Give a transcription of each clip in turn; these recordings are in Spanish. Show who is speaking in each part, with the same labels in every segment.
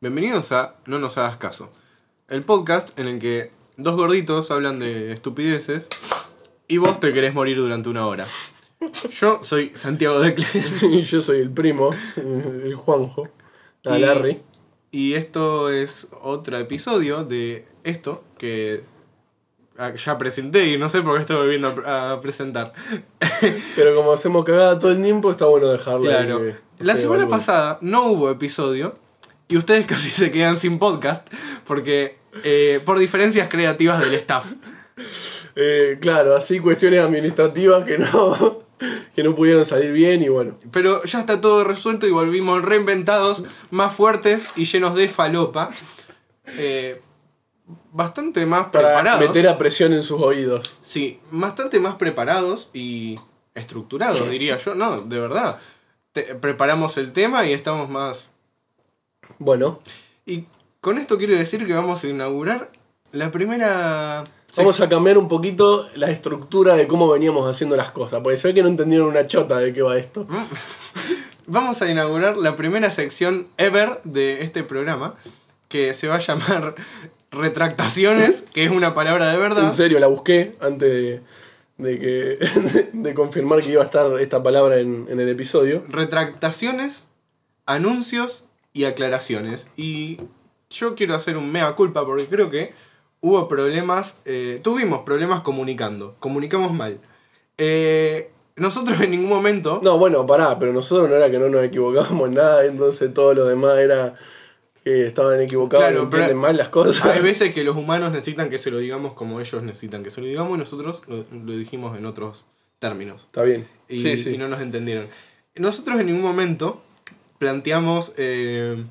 Speaker 1: Bienvenidos a No nos hagas caso, el podcast en el que dos gorditos hablan de estupideces y vos te querés morir durante una hora. Yo soy Santiago Decler
Speaker 2: Y yo soy el primo, el Juanjo, a
Speaker 1: Y-
Speaker 2: Larry.
Speaker 1: y esto es otro episodio de esto que ah, ya presenté y no sé por qué estoy volviendo a pr- a presentar.
Speaker 2: Pero como hacemos cagada todo el tiempo, está bueno dejarlo.
Speaker 1: Claro.
Speaker 2: ahí, eh,
Speaker 1: La
Speaker 2: que
Speaker 1: semana
Speaker 2: evalúe.
Speaker 1: pasada no hubo episodio y ustedes casi se quedan sin podcast porque eh, por diferencias creativas del staff.
Speaker 2: Eh, claro, así cuestiones administrativas que no, que no pudieron salir bien y bueno.
Speaker 1: Pero ya está todo resuelto y volvimos reinventados, más fuertes y llenos de falopa. Eh, bastante más
Speaker 2: Para
Speaker 1: preparados.
Speaker 2: meter a presión en sus oídos.
Speaker 1: Sí, bastante más preparados y estructurados, diría yo. No, de verdad. Te- preparamos el tema y estamos más
Speaker 2: Bueno,
Speaker 1: Y con esto quiero decir que vamos a inaugurar la primera.
Speaker 2: vamos a cambiar un poquito la estructura de cómo veníamos haciendo las cosas. Porque se ve que no entendieron una chota de qué va esto.
Speaker 1: Vamos a inaugurar la primera sección ever de este programa que se va a llamar retractaciones, que es una palabra de
Speaker 2: En
Speaker 1: verdad.
Speaker 2: serio, la busqué antes de, de que, de, confirmar que iba a estar esta palabra en- en el episodio.
Speaker 1: Retractaciones, anuncios y aclaraciones. Y yo quiero hacer un mea culpa porque creo que hubo problemas, eh, tuvimos problemas comunicando, comunicamos mal. Eh, nosotros en ningún momento...
Speaker 2: No, bueno, pará, pero nosotros no era que no nos equivocábamos en nada, entonces todo lo demás era que estaban equivocados,
Speaker 1: Claro,
Speaker 2: no entienden
Speaker 1: pero-
Speaker 2: mal las cosas.
Speaker 1: Hay veces que los humanos necesitan que se lo digamos como ellos necesitan que se lo digamos y nosotros lo, lo dijimos en otros términos
Speaker 2: Está bien.
Speaker 1: y,
Speaker 2: sí, sí.
Speaker 1: y no nos entendieron. Nosotros en ningún momento planteamos eh,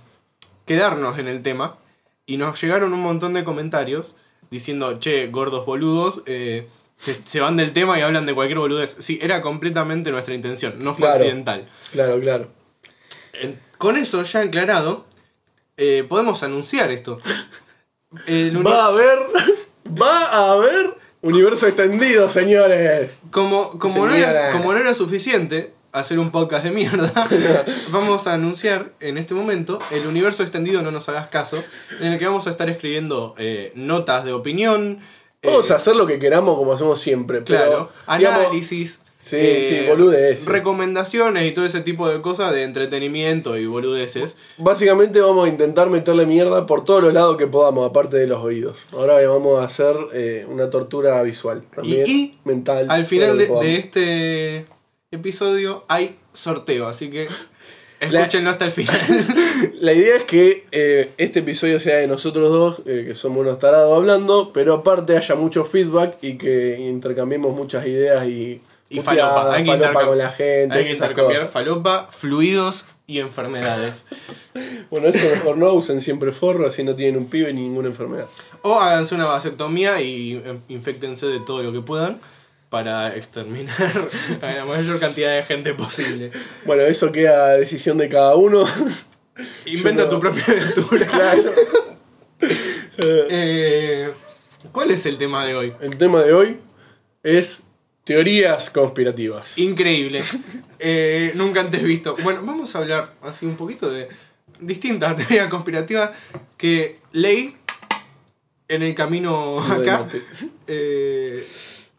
Speaker 1: quedarnos en el tema y nos llegaron un montón de comentarios diciendo, che, gordos boludos, eh, se, se van del tema y hablan de cualquier boludez. Sí, era completamente nuestra intención, no fue
Speaker 2: Claro.
Speaker 1: accidental.
Speaker 2: Claro, claro.
Speaker 1: En- Con eso ya aclarado, eh, podemos anunciar esto. El uni-
Speaker 2: Va a haber. Va a haber. Universo extendido, señores.
Speaker 1: Como, como, no era,
Speaker 2: Señora.
Speaker 1: como no era suficiente hacer un podcast de mierda, vamos a anunciar en este momento el universo extendido, no nos hagas caso, en el que vamos a estar escribiendo eh, notas de opinión, eh,
Speaker 2: Vamos a hacer lo que queramos como hacemos siempre. Pero,
Speaker 1: claro,
Speaker 2: digamos,
Speaker 1: análisis. eh,
Speaker 2: Sí, sí, boludeces.
Speaker 1: Recomendaciones y todo ese tipo de cosas de entretenimiento y boludeces.
Speaker 2: Básicamente vamos a intentar meterle mierda por todos los lados que podamos, aparte de los oídos. Ahora vamos a hacer eh, una tortura visual, también
Speaker 1: y
Speaker 2: mental.
Speaker 1: Al
Speaker 2: todo
Speaker 1: final
Speaker 2: lo
Speaker 1: de,
Speaker 2: que podamos.
Speaker 1: de este episodio hay sorteo, así que escúchenlo hasta el final.
Speaker 2: La idea es que eh, este episodio sea de nosotros dos, eh, que somos unos tarados hablando, pero aparte haya mucho feedback y que intercambiemos muchas ideas y,
Speaker 1: Y falopa, hay que intercam-
Speaker 2: con la gente.
Speaker 1: Hay que
Speaker 2: esas
Speaker 1: intercambiar
Speaker 2: cosas.
Speaker 1: falopa, fluidos y enfermedades.
Speaker 2: Bueno, eso mejor no, usen siempre forro, así no tienen un pibe ni ninguna enfermedad.
Speaker 1: O háganse una vasectomía y eh, inféctense de todo lo que puedan para exterminar a la mayor cantidad de gente posible.
Speaker 2: Bueno, eso queda a decisión de cada uno.
Speaker 1: Inventa
Speaker 2: no-
Speaker 1: tu propia aventura.
Speaker 2: claro. Eh,
Speaker 1: Eh, ¿Cuál es el tema de hoy?
Speaker 2: el tema de hoy es teorías conspirativas.
Speaker 1: Increíble. Eh, nunca antes visto. Bueno, vamos a hablar así un poquito de distintas teorías conspirativas que leí en el camino acá. eh,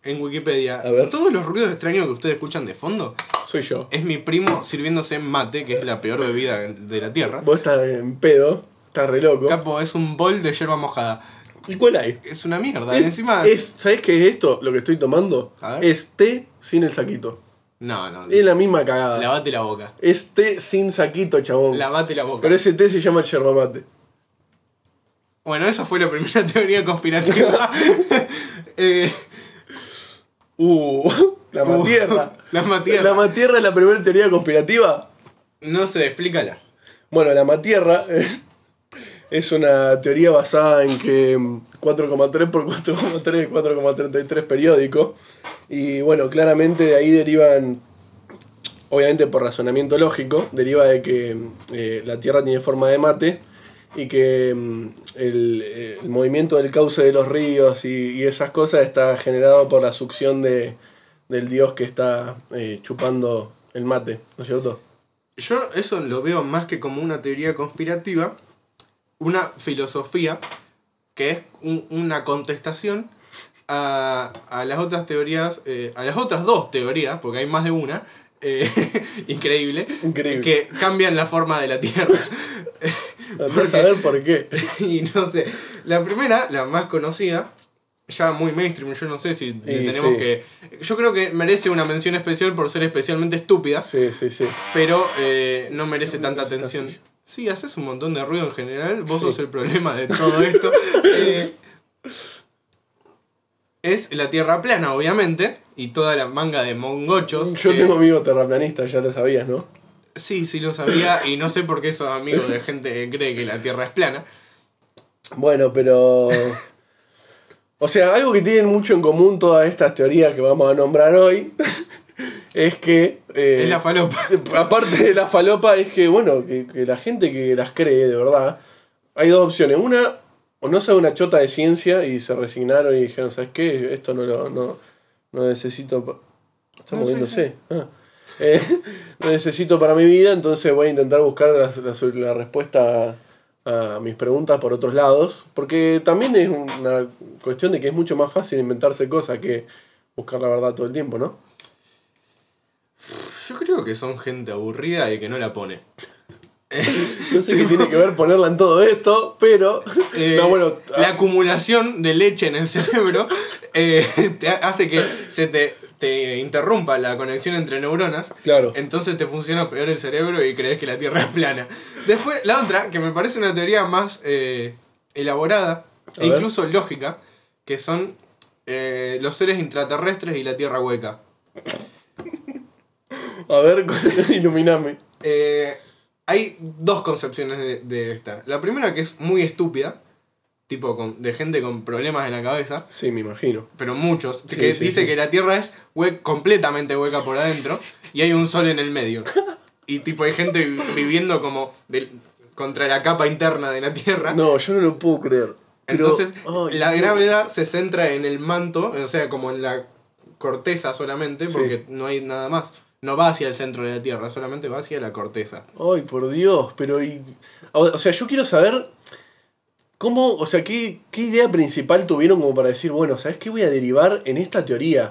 Speaker 1: en Wikipedia.
Speaker 2: A ver.
Speaker 1: Todos los ruidos extraños que ustedes escuchan de fondo
Speaker 2: Soy yo.
Speaker 1: es mi primo sirviéndose mate, que es la peor bebida de la tierra.
Speaker 2: Vos estás en pedo, estás re loco.
Speaker 1: Capo, es un bol de yerba mojada.
Speaker 2: ¿Y cuál hay?
Speaker 1: Es una mierda.
Speaker 2: Es-
Speaker 1: Encima.
Speaker 2: es- ¿Sabés qué es esto? Lo que estoy tomando
Speaker 1: A ver.
Speaker 2: es té sin el saquito.
Speaker 1: No, no.
Speaker 2: Es la misma cagada.
Speaker 1: Lavate la boca.
Speaker 2: Es té sin saquito, chabón.
Speaker 1: Lavate la boca.
Speaker 2: Pero ese té se llama yerba mate.
Speaker 1: Bueno, esa fue la primera teoría conspirativa. Eh,
Speaker 2: Uh, la matierra.
Speaker 1: La matierra.
Speaker 2: ¿La matierra es la primera teoría conspirativa?
Speaker 1: no sé, explícala.
Speaker 2: Bueno, la matierra eh, es una teoría basada en que mm, 4,3 por 4,3 es 4,33 periódico. Y bueno, claramente de ahí derivan, obviamente por razonamiento lógico, deriva de que mm, eh, la Tierra tiene forma de mate y que mm, el, eh, el movimiento del cauce de los ríos y, y esas cosas está generado por la succión de, del dios que está eh, chupando el mate, ¿no es cierto?
Speaker 1: Yo eso lo veo más que como una teoría conspirativa, una filosofía que es un- una contestación a, a las otras teorías, eh, a las otras dos teorías, porque hay más de una, eh, increíble,
Speaker 2: Increíble.
Speaker 1: que cambian la forma de la Tierra.
Speaker 2: Andá a
Speaker 1: Porque-
Speaker 2: saber por qué.
Speaker 1: y no sé, la primera, la más conocida, ya muy mainstream, yo no sé si le
Speaker 2: Y
Speaker 1: tenemos
Speaker 2: sí.
Speaker 1: que... Yo creo que merece una mención especial por ser especialmente estúpida,
Speaker 2: Sí, sí, sí.
Speaker 1: pero eh, no merece
Speaker 2: No
Speaker 1: tanta
Speaker 2: necesitas
Speaker 1: atención.
Speaker 2: ir.
Speaker 1: Sí, haces un montón de ruido en general, vos
Speaker 2: Sí.
Speaker 1: sos el problema de todo esto. Eh, es la Tierra plana, obviamente, y toda la manga de mongochos.
Speaker 2: Yo
Speaker 1: que-
Speaker 2: tengo amigos terraplanistas, ya lo sabías, ¿no?
Speaker 1: Sí, sí lo sabía, y no sé por qué esos amigos de gente que cree que la Tierra es plana.
Speaker 2: Bueno, pero. O sea, algo que tienen mucho en común todas estas teorías que vamos a nombrar hoy es que. eh,
Speaker 1: Es la falopa.
Speaker 2: aparte de la falopa, es que, bueno, que, que la gente que las cree, de verdad, hay dos opciones. Una, o no sabe una chota de ciencia y se resignaron y dijeron, ¿sabes qué? Esto no lo no, no necesito. pa- Está
Speaker 1: No,
Speaker 2: moviéndose. Ah. Eh, no necesito para mi vida, entonces voy a intentar buscar la, la- la respuesta a, a mis preguntas por otros lados. Porque también es una cuestión de que es mucho más fácil inventarse cosas que buscar la verdad todo el tiempo, ¿no?
Speaker 1: Yo creo que son gente aburrida y que no la pone.
Speaker 2: No sé qué tiene que ver ponerla en todo esto, pero.
Speaker 1: Eh,
Speaker 2: no, bueno.
Speaker 1: La
Speaker 2: ah,
Speaker 1: acumulación de leche en el cerebro eh, te ha- hace que se te, te interrumpa la conexión entre neuronas.
Speaker 2: claro.
Speaker 1: Entonces te funciona peor el cerebro y crees que la Tierra es plana. Después, la otra, que me parece una teoría más eh, elaborada
Speaker 2: A
Speaker 1: e
Speaker 2: ver.
Speaker 1: incluso lógica, que son eh, los seres intraterrestres y la Tierra hueca.
Speaker 2: A ver, iluminame.
Speaker 1: Eh, hay dos concepciones de, de esta. La primera que es muy estúpida, tipo con- de gente con problemas en la cabeza,
Speaker 2: Sí, me imagino.
Speaker 1: pero muchos,
Speaker 2: Sí,
Speaker 1: que
Speaker 2: sí,
Speaker 1: dice
Speaker 2: sí.
Speaker 1: que la Tierra es hue- completamente hueca por adentro y hay un sol en el medio. Y tipo hay gente vi- viviendo como del- contra la capa interna de la Tierra.
Speaker 2: No, yo no lo puedo creer. Pero-
Speaker 1: Entonces
Speaker 2: ay,
Speaker 1: la
Speaker 2: no.
Speaker 1: gravedad se centra en el manto, o sea, como en la corteza solamente,
Speaker 2: Sí.
Speaker 1: porque no hay nada más. No va hacia el centro de la Tierra, solamente va hacia la corteza.
Speaker 2: Ay, por Dios, pero y. O o sea, yo quiero saber. ¿Cómo, o sea, qué, qué idea principal tuvieron como para decir, bueno, ¿sabes qué voy a derivar en esta teoría?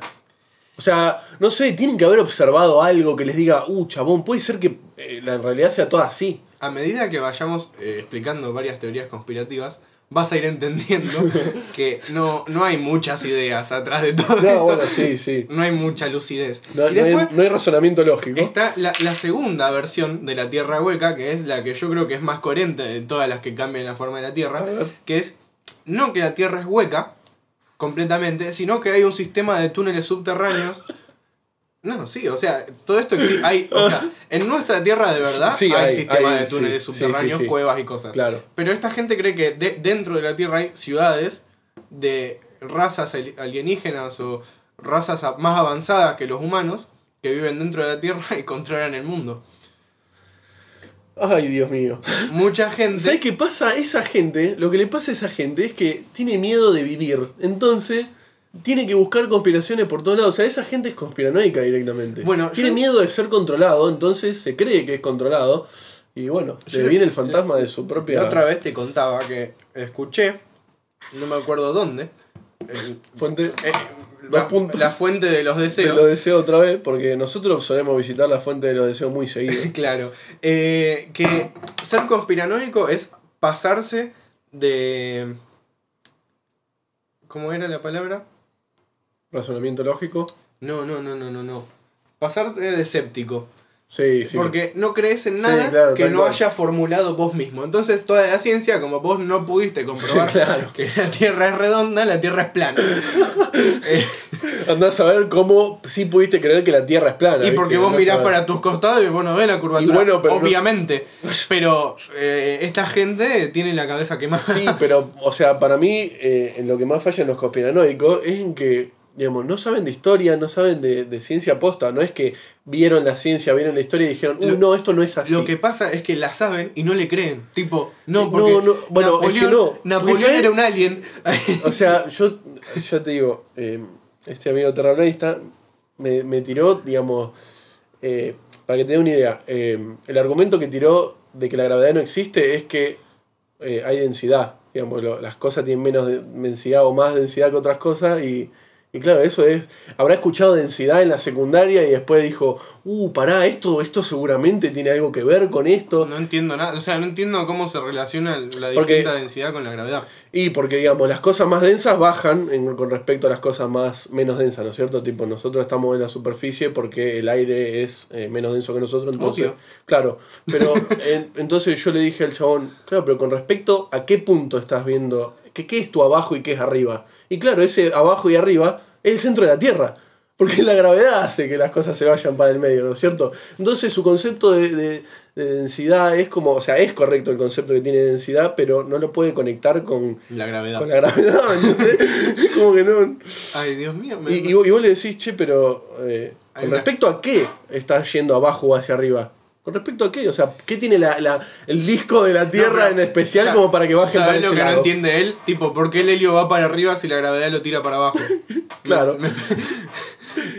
Speaker 2: O sea, no sé, tienen que haber observado algo que les diga, uh, chabón, puede ser que eh, la realidad sea toda así.
Speaker 1: A medida que vayamos eh, explicando varias teorías conspirativas, vas a ir entendiendo que no, no hay muchas ideas atrás de todo
Speaker 2: No,
Speaker 1: esto.
Speaker 2: bueno, sí, sí.
Speaker 1: No hay mucha lucidez.
Speaker 2: No,
Speaker 1: y
Speaker 2: no hay-
Speaker 1: después
Speaker 2: no hay razonamiento lógico.
Speaker 1: está la, la segunda versión de la Tierra hueca, que es la que yo creo que es más coherente de todas las que cambian la forma de la
Speaker 2: A
Speaker 1: Tierra,
Speaker 2: ver.
Speaker 1: que es no que la Tierra es hueca completamente, sino que hay un sistema de túneles subterráneos. No, sí, o sea, todo esto existe. Hay, o sea, en nuestra Tierra de verdad
Speaker 2: Sí,
Speaker 1: hay,
Speaker 2: hay-
Speaker 1: sistema
Speaker 2: hay,
Speaker 1: de túneles
Speaker 2: sí, sí, sí,
Speaker 1: subterráneos,
Speaker 2: sí.
Speaker 1: cuevas y cosas.
Speaker 2: Claro.
Speaker 1: Pero esta gente cree que de- dentro de la Tierra hay ciudades de razas ali- alienígenas o razas a- más avanzadas que los humanos que viven dentro de la Tierra y controlan el mundo.
Speaker 2: Ay, Dios mío.
Speaker 1: Mucha gente...
Speaker 2: ¿Sabes qué pasa? Esa gente, lo que le pasa a esa gente es que tiene miedo de vivir. Entonces, tiene que buscar conspiraciones por todos lados. O sea, esa gente es conspiranoica directamente.
Speaker 1: Bueno,
Speaker 2: tiene
Speaker 1: yo-
Speaker 2: miedo de ser controlado, entonces se cree que es controlado. Y bueno, le
Speaker 1: Yo-
Speaker 2: viene el fantasma de su propia.
Speaker 1: La otra vez te contaba que escuché, no me acuerdo dónde, el-
Speaker 2: Fuente.
Speaker 1: eh,
Speaker 2: Dos
Speaker 1: la,
Speaker 2: puntos.
Speaker 1: la fuente de los
Speaker 2: Te
Speaker 1: deseos.
Speaker 2: lo deseo otra vez, porque nosotros solemos visitar la fuente de los deseos muy seguido.
Speaker 1: Claro. Eh, que ser conspiranoico es pasarse de... ¿Cómo era la palabra?
Speaker 2: Razonamiento lógico.
Speaker 1: No, no, no, no, no, no. Pasarte de escéptico.
Speaker 2: Sí, sí.
Speaker 1: Porque no crees en nada
Speaker 2: Sí, claro,
Speaker 1: que
Speaker 2: tal
Speaker 1: no
Speaker 2: cual.
Speaker 1: haya formulado vos mismo. Entonces toda la ciencia, como vos no pudiste comprobar
Speaker 2: Sí, claro.
Speaker 1: que la Tierra es redonda, la Tierra es plana. Eh,
Speaker 2: Andás a ver cómo sí pudiste creer que la Tierra es plana.
Speaker 1: y porque
Speaker 2: ¿viste?
Speaker 1: vos
Speaker 2: Andás a
Speaker 1: mirás
Speaker 2: ver.
Speaker 1: para tus costados y vos no ves la curvatura.
Speaker 2: Y bueno, pero no-
Speaker 1: obviamente. Pero eh, esta gente tiene la cabeza quemada.
Speaker 2: Sí, pero, o sea, para mí, eh, en lo que más fallan los conspiranoicos es en que, digamos, no saben de historia, no saben de, de ciencia posta. No es que vieron la ciencia, vieron la historia y dijeron, "Uh,
Speaker 1: Lo-
Speaker 2: no, esto no es así.
Speaker 1: Lo que pasa es que la saben y no le creen. Tipo, no,
Speaker 2: No,
Speaker 1: porque
Speaker 2: no, bueno, es que
Speaker 1: Napoleón,
Speaker 2: no. Porque
Speaker 1: Napoleón
Speaker 2: ¿sabes?
Speaker 1: era un alien.
Speaker 2: O sea, yo ya te digo, eh, este amigo terraplanista me, me tiró, digamos, eh, para que te dé una idea, eh, el argumento que tiró de que la gravedad no existe es que eh, hay densidad. Digamos, lo- las cosas tienen menos de- densidad o más densidad que otras cosas y, y claro, eso es... Habrá escuchado densidad en la secundaria y después dijo, uh, pará, esto, esto seguramente tiene algo que ver con esto.
Speaker 1: No entiendo nada, o sea, no entiendo cómo se relaciona la
Speaker 2: Porque-
Speaker 1: distinta densidad con la gravedad.
Speaker 2: Y porque, digamos, las cosas más densas bajan en- con respecto a las cosas más menos densas, ¿no es cierto? Tipo, nosotros estamos en la superficie porque el aire es eh, menos denso que nosotros, entonces...
Speaker 1: Obvio.
Speaker 2: Claro, pero en- entonces yo le dije al chabón, claro, pero con respecto a qué punto estás viendo, que, qué es tu abajo y qué es arriba. Y claro, ese abajo y arriba es el centro de la Tierra. Porque la gravedad hace que las cosas se vayan para el medio, ¿no es cierto? Entonces su concepto de, de- de densidad es como, o sea, es correcto el concepto que tiene de densidad, pero no lo puede conectar con,
Speaker 1: La gravedad.
Speaker 2: con la gravedad, ¿entendés? Como que no.
Speaker 1: Ay, Dios mío, me-
Speaker 2: Y, y vos y vos le decís, che, pero eh,
Speaker 1: Hay
Speaker 2: ¿con
Speaker 1: una-
Speaker 2: respecto a qué estás yendo abajo o hacia arriba? ¿Con respecto a qué? O sea, ¿qué tiene la, la- el disco de la Tierra
Speaker 1: pero-
Speaker 2: en especial
Speaker 1: o sea,
Speaker 2: como para que baje para
Speaker 1: ¿Sabés
Speaker 2: ese
Speaker 1: lo que no
Speaker 2: lado?
Speaker 1: entiende él? Tipo, ¿por qué el helio va para arriba si la gravedad lo tira para abajo?
Speaker 2: Claro.
Speaker 1: Me-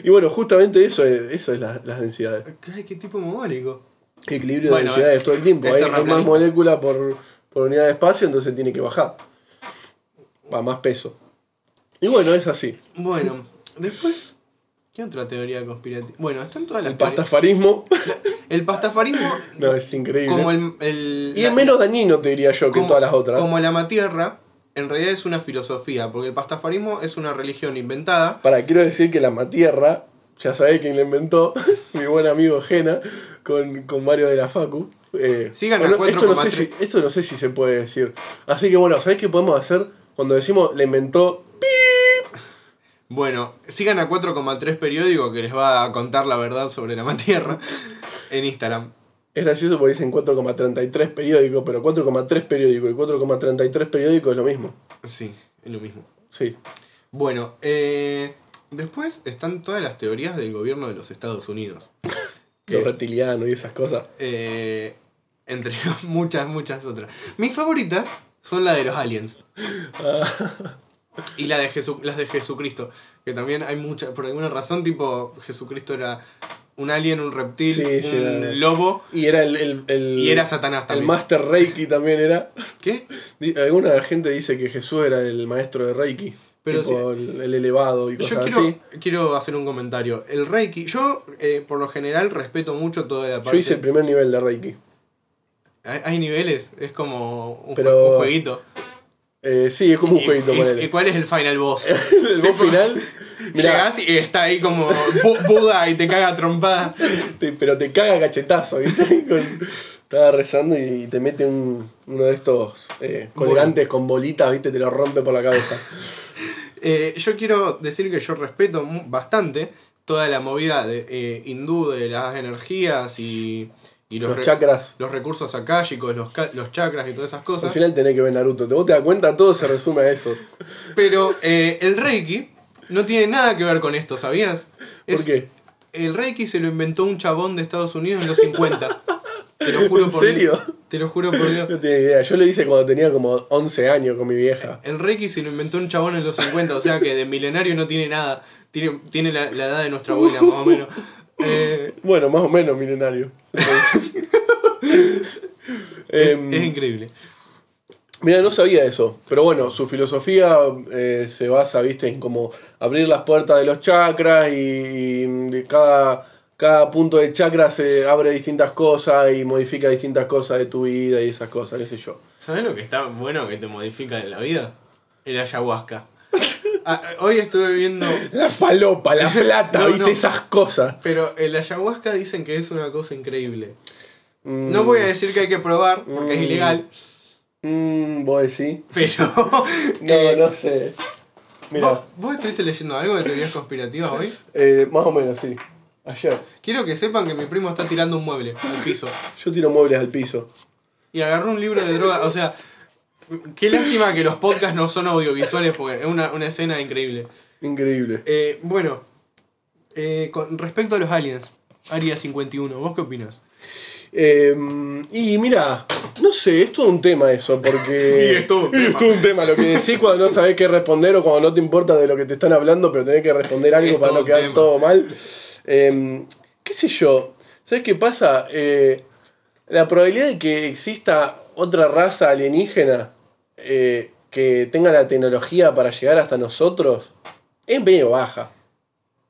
Speaker 2: Y bueno, justamente eso es, eso es la- las densidades.
Speaker 1: me- Ay, qué tipo mogólico.
Speaker 2: Equilibrio de
Speaker 1: Bueno,
Speaker 2: densidades todo el tiempo.
Speaker 1: es
Speaker 2: Hay, hay
Speaker 1: terraplanista.
Speaker 2: más moléculas por, por unidad de espacio, entonces tiene que bajar. Va más peso. Y bueno, es así.
Speaker 1: Bueno, después. ¿Qué otra teoría conspirativa? Bueno, están todas las
Speaker 2: El
Speaker 1: teorías.
Speaker 2: pastafarismo
Speaker 1: El pastafarismo,
Speaker 2: no, es increíble.
Speaker 1: como el. el-
Speaker 2: y
Speaker 1: la-
Speaker 2: es menos dañino, te diría yo, que
Speaker 1: como-
Speaker 2: todas las otras.
Speaker 1: Como el amatierra, en realidad es una filosofía, porque el pastafarismo es una religión inventada.
Speaker 2: Para, quiero decir que la Matierra, ya sabés quién la inventó, mi buen amigo Jena, con, con Mario de la Facu. Eh,
Speaker 1: Sigan a
Speaker 2: bueno, esto, no sé
Speaker 1: 4,3.
Speaker 2: si, esto no sé si se puede decir. Así que bueno, ¿sabés qué podemos hacer? Cuando decimos la inventó,
Speaker 1: Bueno, sigan a 4,3 periódico que les va a contar la verdad sobre la amatierra en Instagram.
Speaker 2: es gracioso porque dicen 4,33 periódicos, pero 4,3 periódicos y 4,33 periódicos es lo mismo.
Speaker 1: Sí, es lo mismo.
Speaker 2: Sí.
Speaker 1: Bueno, eh, después están todas las teorías del gobierno de los Estados Unidos.
Speaker 2: Lo
Speaker 1: ¿Qué?
Speaker 2: reptiliano y esas cosas.
Speaker 1: Eh, entre muchas, muchas otras. Mis favoritas son la de los aliens.
Speaker 2: Ah.
Speaker 1: Y la de Jesu- las de Jesucristo. Que también hay muchas. Por alguna razón, tipo, Jesucristo era un alien, un reptil,
Speaker 2: Sí, sí,
Speaker 1: un
Speaker 2: era-
Speaker 1: lobo.
Speaker 2: Y era el. el, el-
Speaker 1: Y era Satanás
Speaker 2: el
Speaker 1: también.
Speaker 2: Master Reiki también era.
Speaker 1: ¿Qué?
Speaker 2: Di- Alguna gente dice que Jesús era el maestro de Reiki.
Speaker 1: Pero
Speaker 2: tipo el, el elevado y
Speaker 1: Yo
Speaker 2: cosas
Speaker 1: quiero,
Speaker 2: así.
Speaker 1: quiero hacer un comentario. El Reiki. Yo, eh, por lo general, respeto mucho toda la parte.
Speaker 2: Yo hice el primer nivel de Reiki.
Speaker 1: hay, hay niveles. Es como un,
Speaker 2: Pero-
Speaker 1: jue- un jueguito.
Speaker 2: Eh, sí, es como un
Speaker 1: ¿Y-
Speaker 2: jueguito
Speaker 1: y,
Speaker 2: con
Speaker 1: y
Speaker 2: él.
Speaker 1: cuál es el final boss?
Speaker 2: El boss
Speaker 1: tipo-
Speaker 2: final. mirá,
Speaker 1: Llegás y está ahí como Bu- Buda y te caga a trompada.
Speaker 2: te- pero te caga cachetazo, ¿viste? Con- estaba rezando y te mete un- uno de estos eh, colgantes con bolitas, ¿viste? Te lo rompe por la cabeza.
Speaker 1: Eh, yo quiero decir que yo respeto mu- bastante toda la movida de, eh, hindú de las energías y, y los,
Speaker 2: Los
Speaker 1: re-
Speaker 2: chakras.
Speaker 1: los recursos akáshicos, los, ca- los chakras y todas esas
Speaker 2: Al
Speaker 1: cosas.
Speaker 2: final tenés que ver Naruto. Te- Vos te das cuenta, todo se resume a eso.
Speaker 1: Pero eh, el Reiki no tiene nada que ver con esto, ¿sabías?
Speaker 2: ¿Por
Speaker 1: Es-
Speaker 2: qué?
Speaker 1: El Reiki se lo inventó un chabón de Estados Unidos en los 50. Te lo juro
Speaker 2: ¿En
Speaker 1: por Dios.
Speaker 2: serio?
Speaker 1: Te lo juro por Dios.
Speaker 2: No tiene idea. Yo lo hice cuando tenía como 11 años con mi vieja.
Speaker 1: El Reiki se lo inventó un chabón en los 50, o sea que de milenario no tiene nada. Tiene, tiene la, la edad de nuestra abuela, más o menos. Eh,
Speaker 2: Bueno, más o menos milenario.
Speaker 1: es,
Speaker 2: Em,
Speaker 1: es increíble.
Speaker 2: Mira, no sabía eso. Pero bueno, su filosofía eh, se basa, viste, en como abrir las puertas de los chakras y, y de cada, cada punto de chakra se abre distintas cosas y modifica distintas cosas de tu vida y esas cosas, qué sé yo.
Speaker 1: ¿Sabes lo que está bueno que te modifica en la vida? El ayahuasca. Ah, hoy estuve viendo.
Speaker 2: La falopa, la plata,
Speaker 1: No,
Speaker 2: viste,
Speaker 1: no.
Speaker 2: esas cosas.
Speaker 1: Pero el ayahuasca dicen que es una cosa increíble.
Speaker 2: Mm,
Speaker 1: No voy a decir que hay que probar, porque es
Speaker 2: Mm.
Speaker 1: ilegal,
Speaker 2: mm, vos decís.
Speaker 1: pero.
Speaker 2: No,
Speaker 1: eh,
Speaker 2: no sé. Mira,
Speaker 1: ¿vos, vos estuviste leyendo algo de teorías conspirativas hoy?
Speaker 2: eh, más o menos, sí. Ayer.
Speaker 1: Quiero que sepan que mi primo está tirando un mueble al piso.
Speaker 2: Yo tiro muebles al piso.
Speaker 1: Y agarró un libro de droga. O sea, qué lástima que los podcasts no son audiovisuales porque es una, una escena increíble.
Speaker 2: Increíble.
Speaker 1: Eh, bueno, eh, con respecto a los aliens, Área 51, ¿vos qué opinas?
Speaker 2: Eh, y mira, no sé, es todo un tema eso, porque.
Speaker 1: Y es todo un
Speaker 2: Y es
Speaker 1: tema.
Speaker 2: todo un tema, Lo que decís cuando no sabés qué responder o cuando no te importa de lo que te están hablando, pero tenés que responder algo
Speaker 1: Es
Speaker 2: para
Speaker 1: todo
Speaker 2: no
Speaker 1: un
Speaker 2: quedar Em,
Speaker 1: tema.
Speaker 2: todo mal. Eh, ¿Qué sé yo? ¿Sabés qué pasa? Eh, La probabilidad de que exista otra raza alienígena eh, que tenga la tecnología para llegar hasta nosotros es medio baja.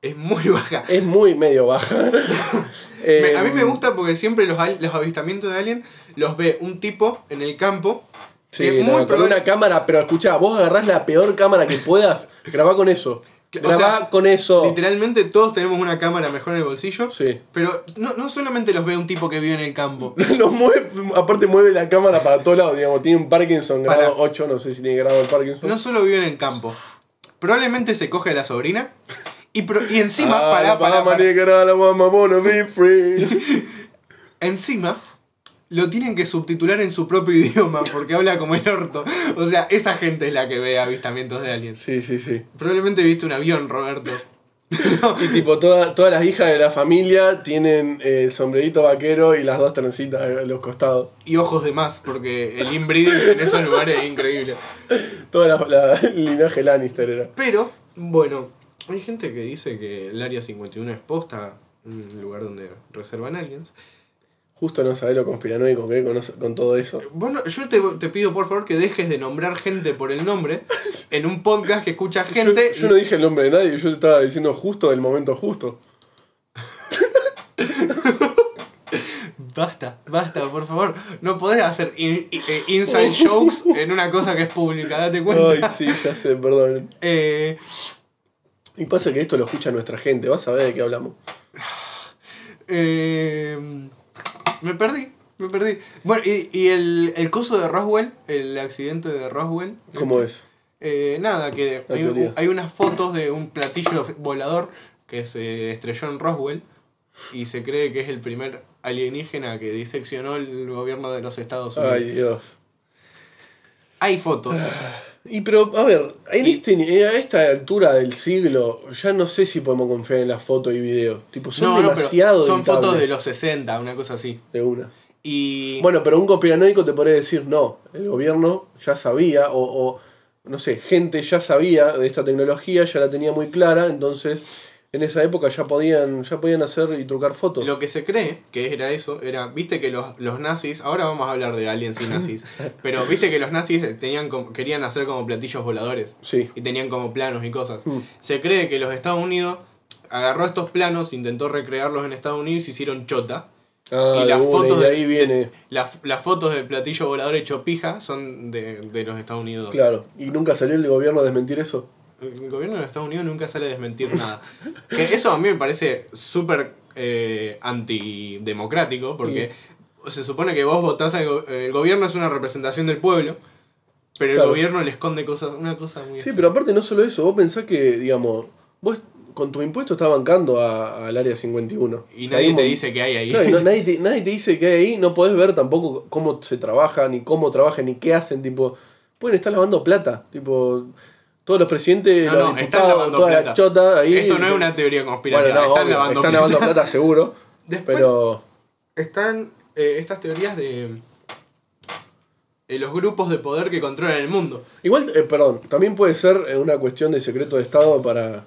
Speaker 1: Es muy baja.
Speaker 2: Es muy medio baja.
Speaker 1: Me- a mí me
Speaker 2: Em,
Speaker 1: gusta porque siempre los, al- los avistamientos de alien los ve un tipo en el campo.
Speaker 2: Sí,
Speaker 1: que
Speaker 2: no, con
Speaker 1: Eh, probable-
Speaker 2: una cámara, pero escuchá, vos agarrás la peor cámara que puedas, grabá con eso.
Speaker 1: Que- o
Speaker 2: Grabá
Speaker 1: sea,
Speaker 2: con eso.
Speaker 1: Literalmente todos tenemos una cámara mejor en el bolsillo.
Speaker 2: Sí.
Speaker 1: Pero no, no solamente los ve un tipo que vive en el campo.
Speaker 2: Lo mueve, aparte mueve la cámara para todos lados, digamos, tiene un Parkinson grado
Speaker 1: Para.
Speaker 2: 8, no sé si tiene grado el Parkinson.
Speaker 1: No solo vive en el campo. Probablemente se coge a la sobrina. Y, pro- y encima,
Speaker 2: Ah,
Speaker 1: pará,
Speaker 2: la
Speaker 1: pará,
Speaker 2: mamá
Speaker 1: pará.
Speaker 2: tiene que grabar, la mamá wanna be free.
Speaker 1: Encima, lo tienen que subtitular en su propio idioma porque habla como el orto. O sea, esa gente es la que ve avistamientos de aliens.
Speaker 2: Sí, sí, sí.
Speaker 1: Probablemente viste un avión, Roberto.
Speaker 2: Y tipo, toda- todas las hijas de la familia tienen eh, el sombrerito vaquero y las dos trencitas a los costados.
Speaker 1: Y ojos de más, porque el inbreeding en esos lugares es increíble.
Speaker 2: Todo la, la- el linaje Lannister era.
Speaker 1: Pero, bueno, hay gente que dice que el área 51 es posta, un lugar donde reservan aliens.
Speaker 2: Justo no sabés lo conspiranoico que es con, eso- con todo eso.
Speaker 1: Bueno, yo te, te pido por favor que dejes de nombrar gente por el nombre en un podcast que escucha gente.
Speaker 2: Yo no dije el nombre de nadie, yo te estaba diciendo justo del momento justo.
Speaker 1: Basta, basta, por favor. No podés hacer in- i- eh, inside jokes en una cosa que es pública, date cuenta.
Speaker 2: Oh. Ay, sí, ya sé, perdón.
Speaker 1: Eh,
Speaker 2: Y pasa que esto lo escucha nuestra gente, vas a ver de qué hablamos.
Speaker 1: eh, me perdí, me perdí. Bueno, y, y el, el coso de Roswell, el accidente de Roswell.
Speaker 2: ¿Cómo es?
Speaker 1: Eh, nada, que
Speaker 2: La
Speaker 1: hay,
Speaker 2: teoría.
Speaker 1: hay unas fotos de un platillo volador que se estrelló en Roswell y se cree que es el primer alienígena que diseccionó el gobierno de los Estados Unidos.
Speaker 2: Ay, Ah, Dios.
Speaker 1: Hay fotos.
Speaker 2: Y pero, a ver, en
Speaker 1: Y-
Speaker 2: este ni- a esta altura del siglo, ya no sé si podemos confiar en las fotos y videos. Tipo, son
Speaker 1: no, no, pero
Speaker 2: demasiado
Speaker 1: son fotos
Speaker 2: editables.
Speaker 1: de los 60, una cosa así.
Speaker 2: De una.
Speaker 1: Y
Speaker 2: Bueno, pero un conspiranoico te podría decir, no, el gobierno ya sabía, o, o, no sé, gente ya sabía de esta tecnología, ya la tenía muy clara, entonces en esa época ya podían, ya podían hacer y trucar fotos.
Speaker 1: lo que se cree que era eso, era, viste que los, los nazis, ahora vamos a hablar de aliens y nazis, pero viste que los nazis tenían como- querían hacer como platillos voladores
Speaker 2: Sí.
Speaker 1: y tenían como planos y cosas.
Speaker 2: Mm.
Speaker 1: Se cree que los Estados Unidos agarró estos planos, intentó recrearlos en Estados Unidos y se hicieron chota.
Speaker 2: Ah,
Speaker 1: y
Speaker 2: de
Speaker 1: las
Speaker 2: una,
Speaker 1: fotos
Speaker 2: y de
Speaker 1: de-
Speaker 2: ahí viene,
Speaker 1: Las, las fotos del platillo volador hecho pija son de, de los Estados Unidos.
Speaker 2: claro. ¿Y nunca salió el gobierno a desmentir eso?
Speaker 1: El gobierno de los Estados Unidos nunca sale a desmentir nada. Que eso a mí me parece súper eh, antidemocrático, porque
Speaker 2: Mm.
Speaker 1: se supone que vos votás al go- el gobierno es una representación del pueblo, pero el
Speaker 2: Claro.
Speaker 1: gobierno le esconde cosas, una cosa muy...
Speaker 2: Sí, pero aparte no solo eso, vos pensás que, digamos, vos con tu impuesto estás bancando a- al área 51.
Speaker 1: y nadie
Speaker 2: Ahí
Speaker 1: te
Speaker 2: mon-
Speaker 1: dice que hay ahí.
Speaker 2: Claro, y no- nadie, te, nadie te dice que hay ahí, no podés ver tampoco cómo se trabaja, ni cómo trabajan, ni qué hacen, tipo, pueden estar lavando plata, tipo, todos los presidentes,
Speaker 1: No,
Speaker 2: los
Speaker 1: no, están
Speaker 2: diputados,
Speaker 1: lavando
Speaker 2: toda la
Speaker 1: plata.
Speaker 2: chota ahí.
Speaker 1: Esto no es una teoría
Speaker 2: bueno,
Speaker 1: conspirativa,
Speaker 2: no,
Speaker 1: están
Speaker 2: obvio,
Speaker 1: lavando
Speaker 2: están
Speaker 1: plata.
Speaker 2: lavando plata seguro,
Speaker 1: Después
Speaker 2: pero
Speaker 1: están eh, estas teorías de eh, los grupos de poder que controlan el mundo.
Speaker 2: igual, eh, perdón, también puede ser eh, una cuestión de secreto de Estado para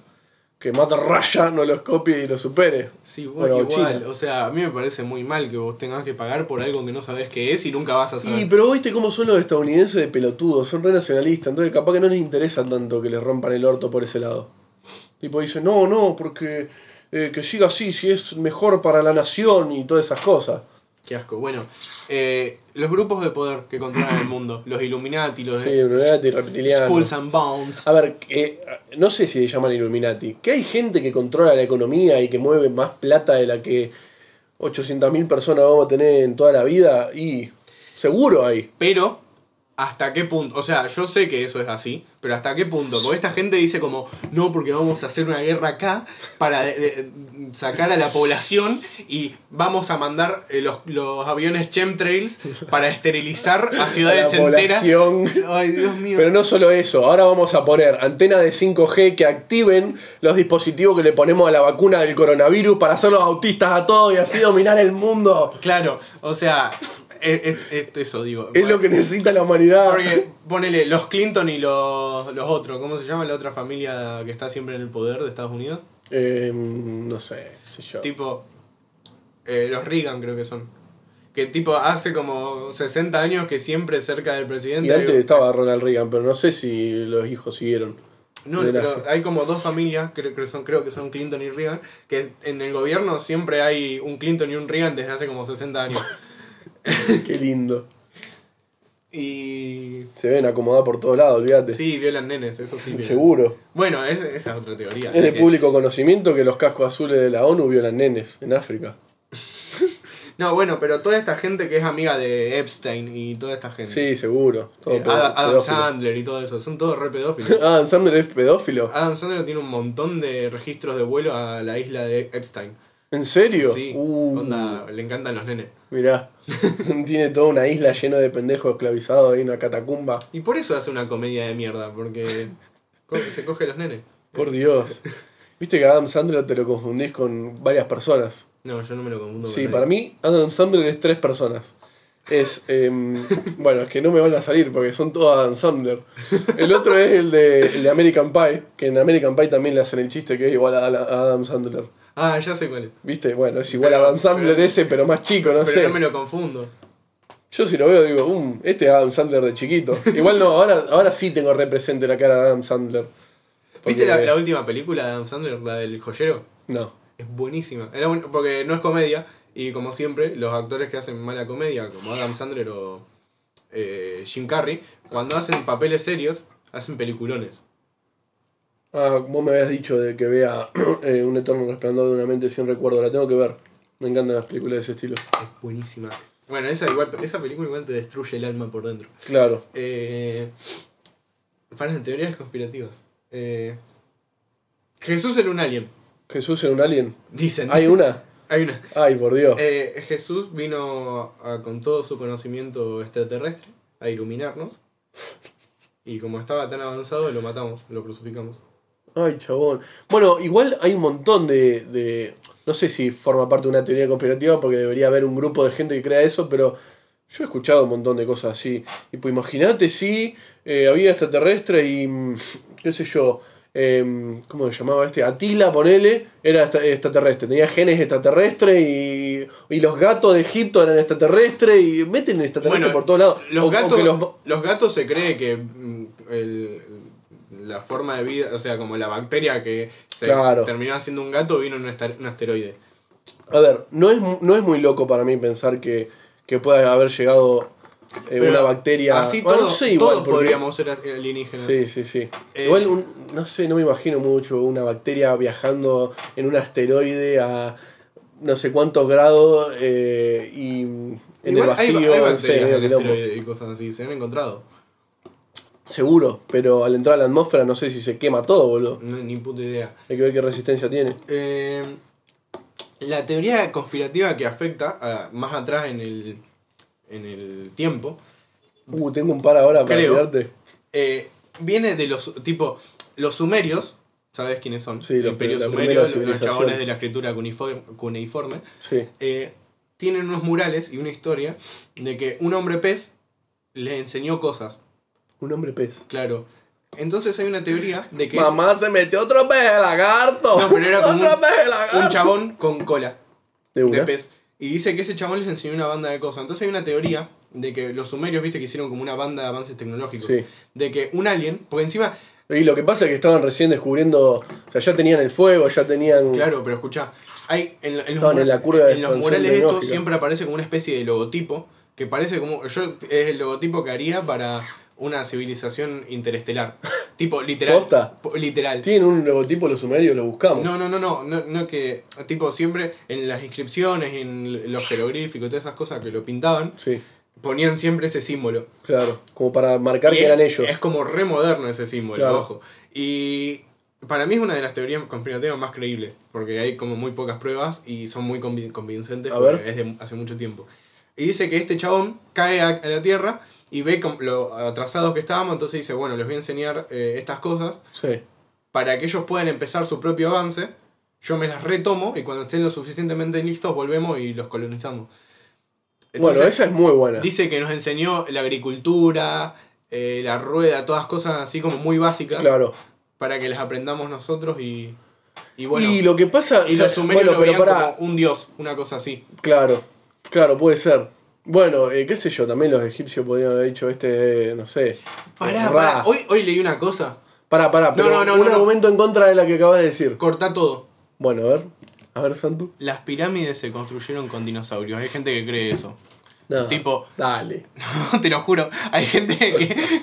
Speaker 2: que Mata Raya no los copie y los supere.
Speaker 1: Sí,
Speaker 2: Bueno,
Speaker 1: bueno, igual.
Speaker 2: China.
Speaker 1: O sea, a mí me parece muy mal que vos tengas que pagar por algo que no sabés qué es y nunca vas a
Speaker 2: Y
Speaker 1: saber.
Speaker 2: pero viste cómo son los estadounidenses de pelotudos, son re nacionalistas, entonces capaz que no les interesa tanto que les rompan el orto por ese lado. Tipo dicen, no, no, porque eh, que siga así, si es mejor para la nación y todas esas cosas.
Speaker 1: Qué asco. Bueno, eh, los grupos de poder que controlan el mundo. Los Illuminati, los
Speaker 2: Sí,
Speaker 1: de
Speaker 2: Illuminati,
Speaker 1: Schools
Speaker 2: reptilianos.
Speaker 1: and Bounds.
Speaker 2: A ver, eh, no sé si le llaman Illuminati, que hay gente que controla la economía y que mueve más plata de la que 800.000 personas vamos a tener en toda la vida y seguro hay.
Speaker 1: Pero, ¿hasta qué punto? O sea, yo sé que eso es así, pero ¿hasta qué punto? Porque esta gente dice como, no, porque vamos a hacer una guerra acá para de- de- sacar a la población y vamos a mandar eh, los, los aviones chemtrails para esterilizar a ciudades
Speaker 2: la
Speaker 1: enteras.
Speaker 2: población.
Speaker 1: Ay, Dios mío.
Speaker 2: Pero no solo eso, ahora vamos a poner antenas de 5G que activen los dispositivos que le ponemos a la vacuna del coronavirus para hacerlos autistas a todos y así dominar el mundo.
Speaker 1: Claro, o sea, es, es- es- eso digo.
Speaker 2: Es lo que necesita la humanidad.
Speaker 1: Porque, ponele, los Clinton y los, los otros, ¿cómo se llama la otra familia que está siempre en el poder de Estados Unidos?
Speaker 2: Eh, no sé, qué sé yo.
Speaker 1: Tipo, eh, los Reagan creo que son. Que tipo hace como 60 años que siempre cerca del presidente.
Speaker 2: Y antes
Speaker 1: hay-
Speaker 2: estaba Ronald Reagan, pero no sé si los hijos siguieron.
Speaker 1: No,
Speaker 2: Era-
Speaker 1: pero hay como dos familias, creo que son, creo que son Clinton y Reagan, que es- en el gobierno siempre hay un Clinton y un Reagan desde hace como 60 años.
Speaker 2: Qué lindo.
Speaker 1: Y
Speaker 2: Se ven acomodados por todos lados, olvídate.
Speaker 1: sí, violan nenes, eso sí. violan.
Speaker 2: Seguro.
Speaker 1: Bueno, es- esa es otra teoría.
Speaker 2: Es de
Speaker 1: que-
Speaker 2: público conocimiento que los cascos azules de la ONU violan nenes en África.
Speaker 1: No, bueno, pero toda esta gente que es amiga de Epstein y toda esta gente.
Speaker 2: Sí, seguro. Todo
Speaker 1: Eh,
Speaker 2: pedo-
Speaker 1: Ad- Adam
Speaker 2: pedófilo.
Speaker 1: Sandler y todo eso, son todos re pedófilos.
Speaker 2: Adam Sandler es pedófilo.
Speaker 1: Adam Sandler tiene un montón de registros de vuelo a la isla de Epstein.
Speaker 2: ¿En serio?
Speaker 1: Sí,
Speaker 2: Uh,
Speaker 1: onda, le encantan los nenes.
Speaker 2: Mirá. Tiene toda una isla llena de pendejos esclavizados ahí, una catacumba.
Speaker 1: Y por eso hace una comedia de mierda, porque co- se coge los nenes.
Speaker 2: Por Dios. Viste que Adam Sandler te lo confundís con varias personas.
Speaker 1: No, yo no me lo confundo con
Speaker 2: Sí,
Speaker 1: nadie.
Speaker 2: para mí Adam Sandler es tres personas. Es, em, bueno, es que no me van a salir porque son todos Adam Sandler. El otro es el de, el de American Pie, que en American Pie también le hacen el chiste que es igual a, a Adam Sandler.
Speaker 1: Ah, ya sé cuál es.
Speaker 2: ¿Viste? Bueno, es igual
Speaker 1: Pero-
Speaker 2: a Adam Sandler
Speaker 1: pero-
Speaker 2: ese, pero más chico, no
Speaker 1: Pero
Speaker 2: sé.
Speaker 1: no me lo confundo.
Speaker 2: Yo si lo veo digo, um, este es Adam Sandler de chiquito. Igual no, ahora, ahora sí tengo represente la cara de Adam Sandler. Porque-
Speaker 1: ¿Viste la, la última película de Adam Sandler, la del joyero?
Speaker 2: No.
Speaker 1: Es buenísima. Era buen- porque no es comedia y como siempre, los actores que hacen mala comedia, como Adam Sandler o eh, Jim Carrey, cuando hacen papeles serios, hacen peliculones.
Speaker 2: Ah, vos me habías dicho de que vea eh, Un eterno resplandor de una mente sin recuerdo. La tengo que ver. Me encantan las películas de ese estilo.
Speaker 1: Es buenísima. Bueno, esa, igual, esa película igual te destruye el alma por dentro.
Speaker 2: Claro.
Speaker 1: Eh, para las teorías conspirativas. Eh, Jesús era un alien,
Speaker 2: Jesús en un alien.
Speaker 1: dicen.
Speaker 2: ¿Hay una?
Speaker 1: Hay una.
Speaker 2: Ay, por Dios.
Speaker 1: Eh, Jesús vino a- con todo su conocimiento extraterrestre a iluminarnos. Y como estaba tan avanzado, lo matamos, lo crucificamos.
Speaker 2: Ay, chabón. Bueno, igual hay un montón de, de- No sé si forma parte de una teoría conspirativa porque debería haber un grupo de gente que crea eso, pero yo he escuchado un montón de cosas así. Y pues imagínate si eh, había extraterrestres y... mm, qué sé yo. em, ¿Cómo se llamaba este? Atila, ponele, era extra- extraterrestre. Tenía genes extraterrestres y, y los gatos de Egipto eran extraterrestres y meten extraterrestres
Speaker 1: Bueno,
Speaker 2: por todos lados.
Speaker 1: Los,
Speaker 2: O- o
Speaker 1: gatos,
Speaker 2: que
Speaker 1: los...
Speaker 2: los-
Speaker 1: gatos se cree que mm, el- la forma de vida, o sea, como la bacteria que se
Speaker 2: Claro.
Speaker 1: terminó haciendo un gato, vino en un esta- un asteroide.
Speaker 2: A ver, no es, mu- no es muy loco para mí pensar que, que pueda haber llegado eh,
Speaker 1: Pero
Speaker 2: una bacteria.
Speaker 1: Así
Speaker 2: Bueno,
Speaker 1: todos,
Speaker 2: no sé, igual,
Speaker 1: todos
Speaker 2: porque-
Speaker 1: podríamos ser alienígenas.
Speaker 2: Sí, sí, sí.
Speaker 1: Eh,
Speaker 2: igual, un- no sé, no me imagino mucho una bacteria viajando en un asteroide a no sé cuántos grados eh, y en el
Speaker 1: Igual hay-
Speaker 2: vacío.
Speaker 1: hay,
Speaker 2: no sé,
Speaker 1: bacterias
Speaker 2: medio
Speaker 1: en
Speaker 2: quilombo.
Speaker 1: asteroides y cosas así, se han encontrado.
Speaker 2: Seguro, pero al entrar a la atmósfera no sé si se quema todo, boludo.
Speaker 1: No, ni puta idea.
Speaker 2: Hay que ver qué resistencia tiene.
Speaker 1: Eh, la teoría conspirativa que afecta a- más atrás en el, en el tiempo
Speaker 2: Uh, tengo un par ahora para
Speaker 1: Creo.
Speaker 2: tirarte.
Speaker 1: eh, viene de los tipo los sumerios. ¿Sabes quiénes son?
Speaker 2: Sí, los
Speaker 1: El imperio
Speaker 2: pri- la
Speaker 1: sumerio,
Speaker 2: primera
Speaker 1: los
Speaker 2: civilización.
Speaker 1: chabones de la escritura cuneiforme. cuneiforme,
Speaker 2: Sí.
Speaker 1: eh, tienen unos murales y una historia de que un hombre pez les enseñó cosas.
Speaker 2: Un hombre pez.
Speaker 1: Claro. Entonces hay una teoría de que es
Speaker 2: Mamá se metió otro pez de lagarto.
Speaker 1: No, pero era como
Speaker 2: otro
Speaker 1: un-
Speaker 2: pez de lagarto.
Speaker 1: un chabón con cola.
Speaker 2: De una.
Speaker 1: de pez. Y dice que ese chabón les enseñó una banda de cosas. Entonces hay una teoría de que los sumerios, viste, que hicieron como una banda de avances tecnológicos.
Speaker 2: Sí.
Speaker 1: De que un alien, porque encima,
Speaker 2: Y lo que pasa es que estaban recién descubriendo, o sea, ya tenían el fuego, ya tenían...
Speaker 1: claro, pero escuchá, hay en, en los,
Speaker 2: Uh. Estaban
Speaker 1: mur-
Speaker 2: en la curva de
Speaker 1: en los
Speaker 2: expansión
Speaker 1: murales esto
Speaker 2: tecnológica.
Speaker 1: siempre aparece como una especie de logotipo, que parece como, yo es el logotipo que haría para una civilización interestelar. tipo, literal.
Speaker 2: Posta.
Speaker 1: po- Literal.
Speaker 2: Tienen un logotipo los sumerios, lo buscamos.
Speaker 1: No, no, no, no, no, no que, tipo, siempre en las inscripciones, en los jeroglíficos, todas esas cosas que lo pintaban,
Speaker 2: Sí,
Speaker 1: ponían siempre ese símbolo.
Speaker 2: claro. Como para marcar
Speaker 1: Y
Speaker 2: que
Speaker 1: es-
Speaker 2: eran ellos.
Speaker 1: Es como re moderno ese símbolo,
Speaker 2: Claro.
Speaker 1: ojo. Y para mí es una de las teorías conspirativas más creíbles, porque hay como muy pocas pruebas y son muy convi- convincentes
Speaker 2: A
Speaker 1: porque
Speaker 2: ver.
Speaker 1: es de hace mucho tiempo. Y dice que este chabón cae a, a la Tierra y ve com- lo atrasados que estábamos, entonces dice, bueno, les voy a enseñar eh, estas cosas
Speaker 2: Sí.
Speaker 1: para que ellos puedan empezar su propio avance. Yo me las retomo y cuando estén lo suficientemente listos volvemos y los colonizamos. Entonces-
Speaker 2: bueno, esa es muy buena.
Speaker 1: Dice que nos enseñó la agricultura, eh, la rueda, todas cosas así como muy básicas
Speaker 2: Claro.
Speaker 1: para que las aprendamos nosotros y, y bueno.
Speaker 2: y
Speaker 1: Y,
Speaker 2: lo que pasa... o sea,
Speaker 1: los sumerios
Speaker 2: bueno,
Speaker 1: lo
Speaker 2: pero
Speaker 1: veían
Speaker 2: para...
Speaker 1: como un dios, una cosa así.
Speaker 2: Claro. Claro, puede ser. Bueno, eh, qué sé yo, también los egipcios podrían haber hecho este, no sé.
Speaker 1: Pará,
Speaker 2: Ra.
Speaker 1: pará. Hoy, hoy leí una cosa.
Speaker 2: Pará, pará, pero
Speaker 1: no, no,
Speaker 2: un
Speaker 1: no, no.
Speaker 2: argumento en contra de la que acabas de decir.
Speaker 1: Cortá todo.
Speaker 2: Bueno, a ver. A ver, Santu.
Speaker 1: Las pirámides se construyeron con dinosaurios. Hay gente que cree eso.
Speaker 2: No.
Speaker 1: Tipo-
Speaker 2: Dale.
Speaker 1: Te lo juro. Hay gente que cree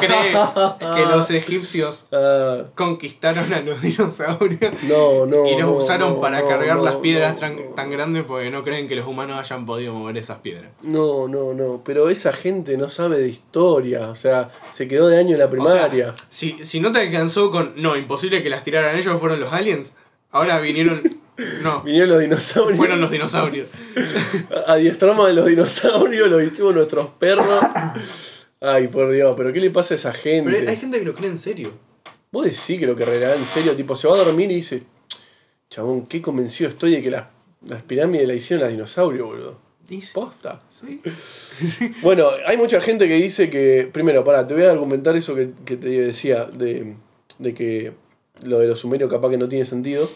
Speaker 1: que los egipcios
Speaker 2: Ah,
Speaker 1: conquistaron a los dinosaurios.
Speaker 2: no, no.
Speaker 1: y los
Speaker 2: no,
Speaker 1: usaron
Speaker 2: no,
Speaker 1: para
Speaker 2: no,
Speaker 1: cargar
Speaker 2: no,
Speaker 1: las piedras
Speaker 2: no,
Speaker 1: tan,
Speaker 2: no.
Speaker 1: tan grandes porque no creen que los humanos hayan podido mover esas piedras.
Speaker 2: No, no, no. Pero esa gente no sabe de historia. O sea, se quedó de año en la
Speaker 1: O sea,
Speaker 2: primaria.
Speaker 1: si, si no te alcanzó con. No, imposible que las tiraran ellos, fueron los aliens. Ahora vinieron. No,
Speaker 2: Vinieron los dinosaurios.
Speaker 1: fueron los dinosaurios.
Speaker 2: Adiestramos a los dinosaurios, los hicimos nuestros perros. Ay, por Dios, pero ¿qué le pasa a esa gente?
Speaker 1: Pero hay gente que lo cree en serio.
Speaker 2: Vos decís que lo creerá en serio, tipo, se va a dormir y dice, chabón, qué convencido estoy de que las, las pirámides las hicieron los dinosaurios, boludo.
Speaker 1: Y sí,
Speaker 2: Posta.
Speaker 1: sí.
Speaker 2: Bueno, hay mucha gente que dice que, primero, pará, te voy a argumentar eso que, que te decía, de, de que lo de los sumerios capaz que no tiene sentido,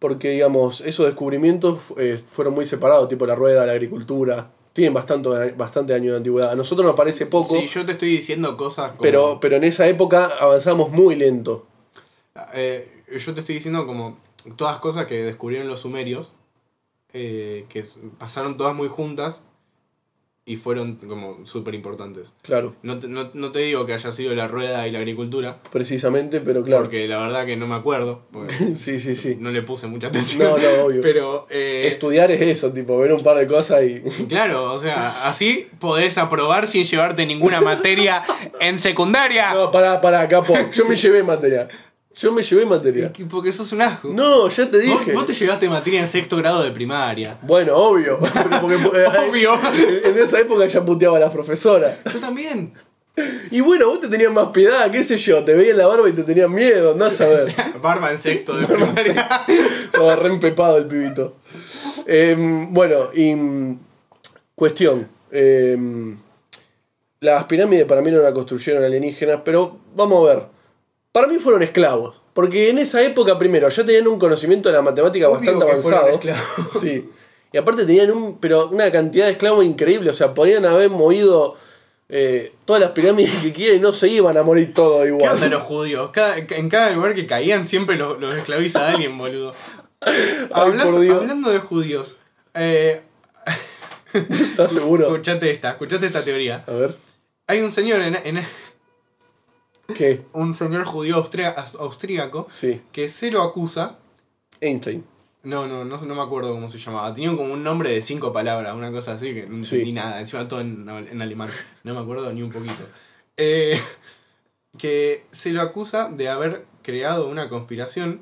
Speaker 2: porque, digamos, esos descubrimientos eh, fueron muy separados, tipo la rueda, la agricultura, tienen bastante, bastante años de antigüedad. A nosotros nos parece poco,
Speaker 1: Sí, yo te estoy diciendo cosas como.
Speaker 2: pero, pero en esa época avanzamos muy lento.
Speaker 1: eh, yo te estoy diciendo como. Todas cosas que descubrieron los sumerios. eh, que s- pasaron todas muy juntas. Y fueron como súper importantes.
Speaker 2: Claro,
Speaker 1: No te, no- no te digo que haya sido la rueda y la agricultura,
Speaker 2: precisamente, pero claro.
Speaker 1: porque la verdad que no me acuerdo. porque
Speaker 2: Sí, sí, sí.
Speaker 1: No le puse mucha atención.
Speaker 2: No, no, obvio.
Speaker 1: Pero, eh,
Speaker 2: Estudiar es eso, tipo, ver un par de cosas y.
Speaker 1: claro, o sea, así podés aprobar sin llevarte ninguna materia en secundaria.
Speaker 2: No, pará, pará, capo. Yo me llevé materia. Yo me llevé materia.
Speaker 1: Que- Porque sos un asco.
Speaker 2: No, ya te
Speaker 1: vos,
Speaker 2: dije.
Speaker 1: vos te llevaste materia en sexto grado de primaria.
Speaker 2: Bueno, obvio. Pero porque, eh,
Speaker 1: Obvio.
Speaker 2: En en esa época ya puteaba a las profesoras.
Speaker 1: Yo también.
Speaker 2: Y bueno, vos te tenías más piedad, qué sé yo. Te veían la barba y te tenían miedo, no a saber.
Speaker 1: Barba en sexto de primaria.
Speaker 2: Estaba re empepado el pibito. Em, bueno, y. mm, Cuestión. Em, las pirámides para mí no las construyeron alienígenas, pero vamos a ver. Para mí fueron esclavos. Porque en esa época, primero, ya tenían un conocimiento de la matemática
Speaker 1: Obvio
Speaker 2: bastante
Speaker 1: que fueron
Speaker 2: avanzado.
Speaker 1: esclavos.
Speaker 2: Sí. Y aparte tenían un, pero una cantidad de esclavos increíble. O sea, podían haber movido eh, todas las pirámides que quieran y no se iban a morir todo
Speaker 1: ¿Qué
Speaker 2: igual.
Speaker 1: onda los judíos? Cada- en cada lugar que caían siempre los, los esclaviza a alguien, boludo.
Speaker 2: por
Speaker 1: Hablando,
Speaker 2: Dios.
Speaker 1: hablando de judíos, eh,
Speaker 2: ¿Estás seguro?
Speaker 1: escuchate esta, escuchate esta teoría.
Speaker 2: A ver.
Speaker 1: Hay un señor en, en-
Speaker 2: ¿Qué?
Speaker 1: un señor judío austria- austríaco
Speaker 2: Sí.
Speaker 1: que se lo acusa.
Speaker 2: Einstein.
Speaker 1: No, no, no, no me acuerdo cómo se llamaba. Tenía como un nombre de cinco palabras, una cosa así que no
Speaker 2: Sí.
Speaker 1: entendí nada. Encima todo en, en alemán. No me acuerdo ni un poquito. Eh, que se lo acusa de haber creado una conspiración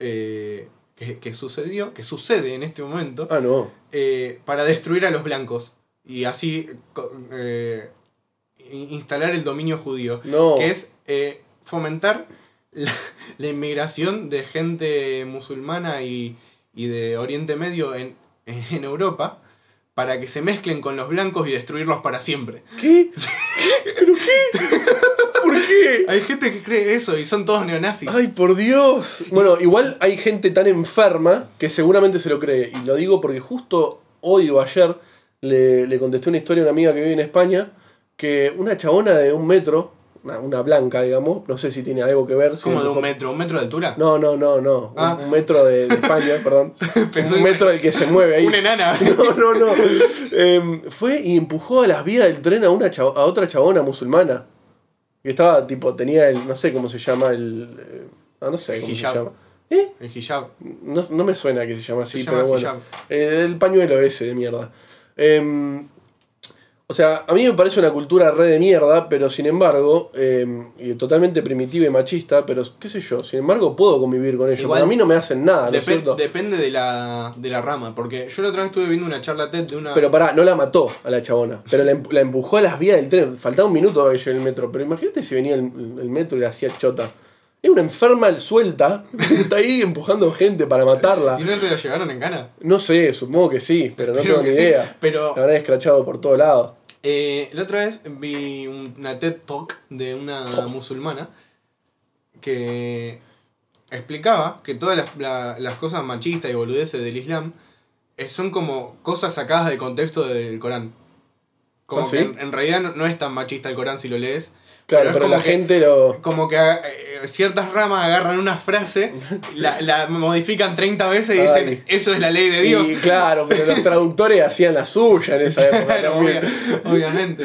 Speaker 1: eh, que, que sucedió, que sucede en este momento,
Speaker 2: Ah, no.
Speaker 1: eh, para destruir a los blancos y así co- eh, in- instalar el dominio judío.
Speaker 2: No.
Speaker 1: que es eh, fomentar la, la inmigración de gente musulmana y, y de Oriente Medio en, en Europa para que se mezclen con los blancos y destruirlos para siempre.
Speaker 2: ¿Qué? ¿Pero qué? ¿Por qué?
Speaker 1: Hay gente que cree eso y son todos neonazis.
Speaker 2: Ay, por Dios. Bueno, igual hay gente tan enferma que seguramente se lo cree. Y lo digo porque justo hoy o ayer le, le contesté una historia a una amiga que vive en España que una chabona de un metro, una, una blanca, digamos, no sé si tiene algo que ver. si
Speaker 1: Como
Speaker 2: es
Speaker 1: de un
Speaker 2: mejor-
Speaker 1: metro, un metro de altura.
Speaker 2: No, no, no, no. Un-
Speaker 1: Ah.
Speaker 2: Un metro de, de España, perdón.
Speaker 1: Pensé
Speaker 2: un metro del que se mueve ahí.
Speaker 1: Una enana.
Speaker 2: No, no, no. Em, fue y empujó a las vías del tren a, una chab- a otra chabona musulmana. Que estaba, tipo, tenía el, no sé cómo se llama, el... eh, ah, no sé
Speaker 1: El
Speaker 2: cómo
Speaker 1: hijab.
Speaker 2: se llama. ¿Eh?
Speaker 1: El hijab.
Speaker 2: No, no me suena que se llama así,
Speaker 1: Se llama
Speaker 2: pero
Speaker 1: hijab.
Speaker 2: bueno. Eh, el pañuelo ese de mierda. Em, o sea, a mí me parece una cultura re de mierda, pero sin embargo, em, y totalmente primitiva y machista, pero qué sé yo, sin embargo puedo convivir con ellos.
Speaker 1: Igual-
Speaker 2: a mí no me hacen nada, ¿no es
Speaker 1: Depen-
Speaker 2: cierto?
Speaker 1: depende de la, de la rama, porque yo la otra vez estuve viendo una charla TED de una...
Speaker 2: Pero pará, no la mató a la chabona, pero la, emp- la empujó a las vías del tren. Faltaba un minuto para que llegue el metro, pero imagínate si venía el, el metro y le hacía chota. Es una enferma el suelta, que está ahí empujando gente para matarla.
Speaker 1: ¿Y no se la llevaron en gana?
Speaker 2: No sé, supongo que sí, pero no
Speaker 1: Creo
Speaker 2: tengo ni
Speaker 1: que sí,
Speaker 2: idea.
Speaker 1: pero
Speaker 2: La habrán escrachado por todos lados.
Speaker 1: Eh, la otra vez vi una TED Talk de una musulmana que explicaba que todas las, la- las cosas machistas y boludeces del Islam eh, son como cosas sacadas del contexto del Corán. Como
Speaker 2: ¿Ah,
Speaker 1: que
Speaker 2: sí?
Speaker 1: en, en realidad no, no es tan machista el Corán si lo lees.
Speaker 2: Claro,
Speaker 1: es
Speaker 2: pero
Speaker 1: como
Speaker 2: la
Speaker 1: que-
Speaker 2: gente lo.
Speaker 1: Como que eh, ciertas ramas agarran una frase, la, la modifican 30 veces y
Speaker 2: Ay.
Speaker 1: dicen, eso es la ley de Dios.
Speaker 2: Y claro, pero los traductores hacían la suya en esa época.
Speaker 1: Claro,
Speaker 2: también.
Speaker 1: obvia- obviamente.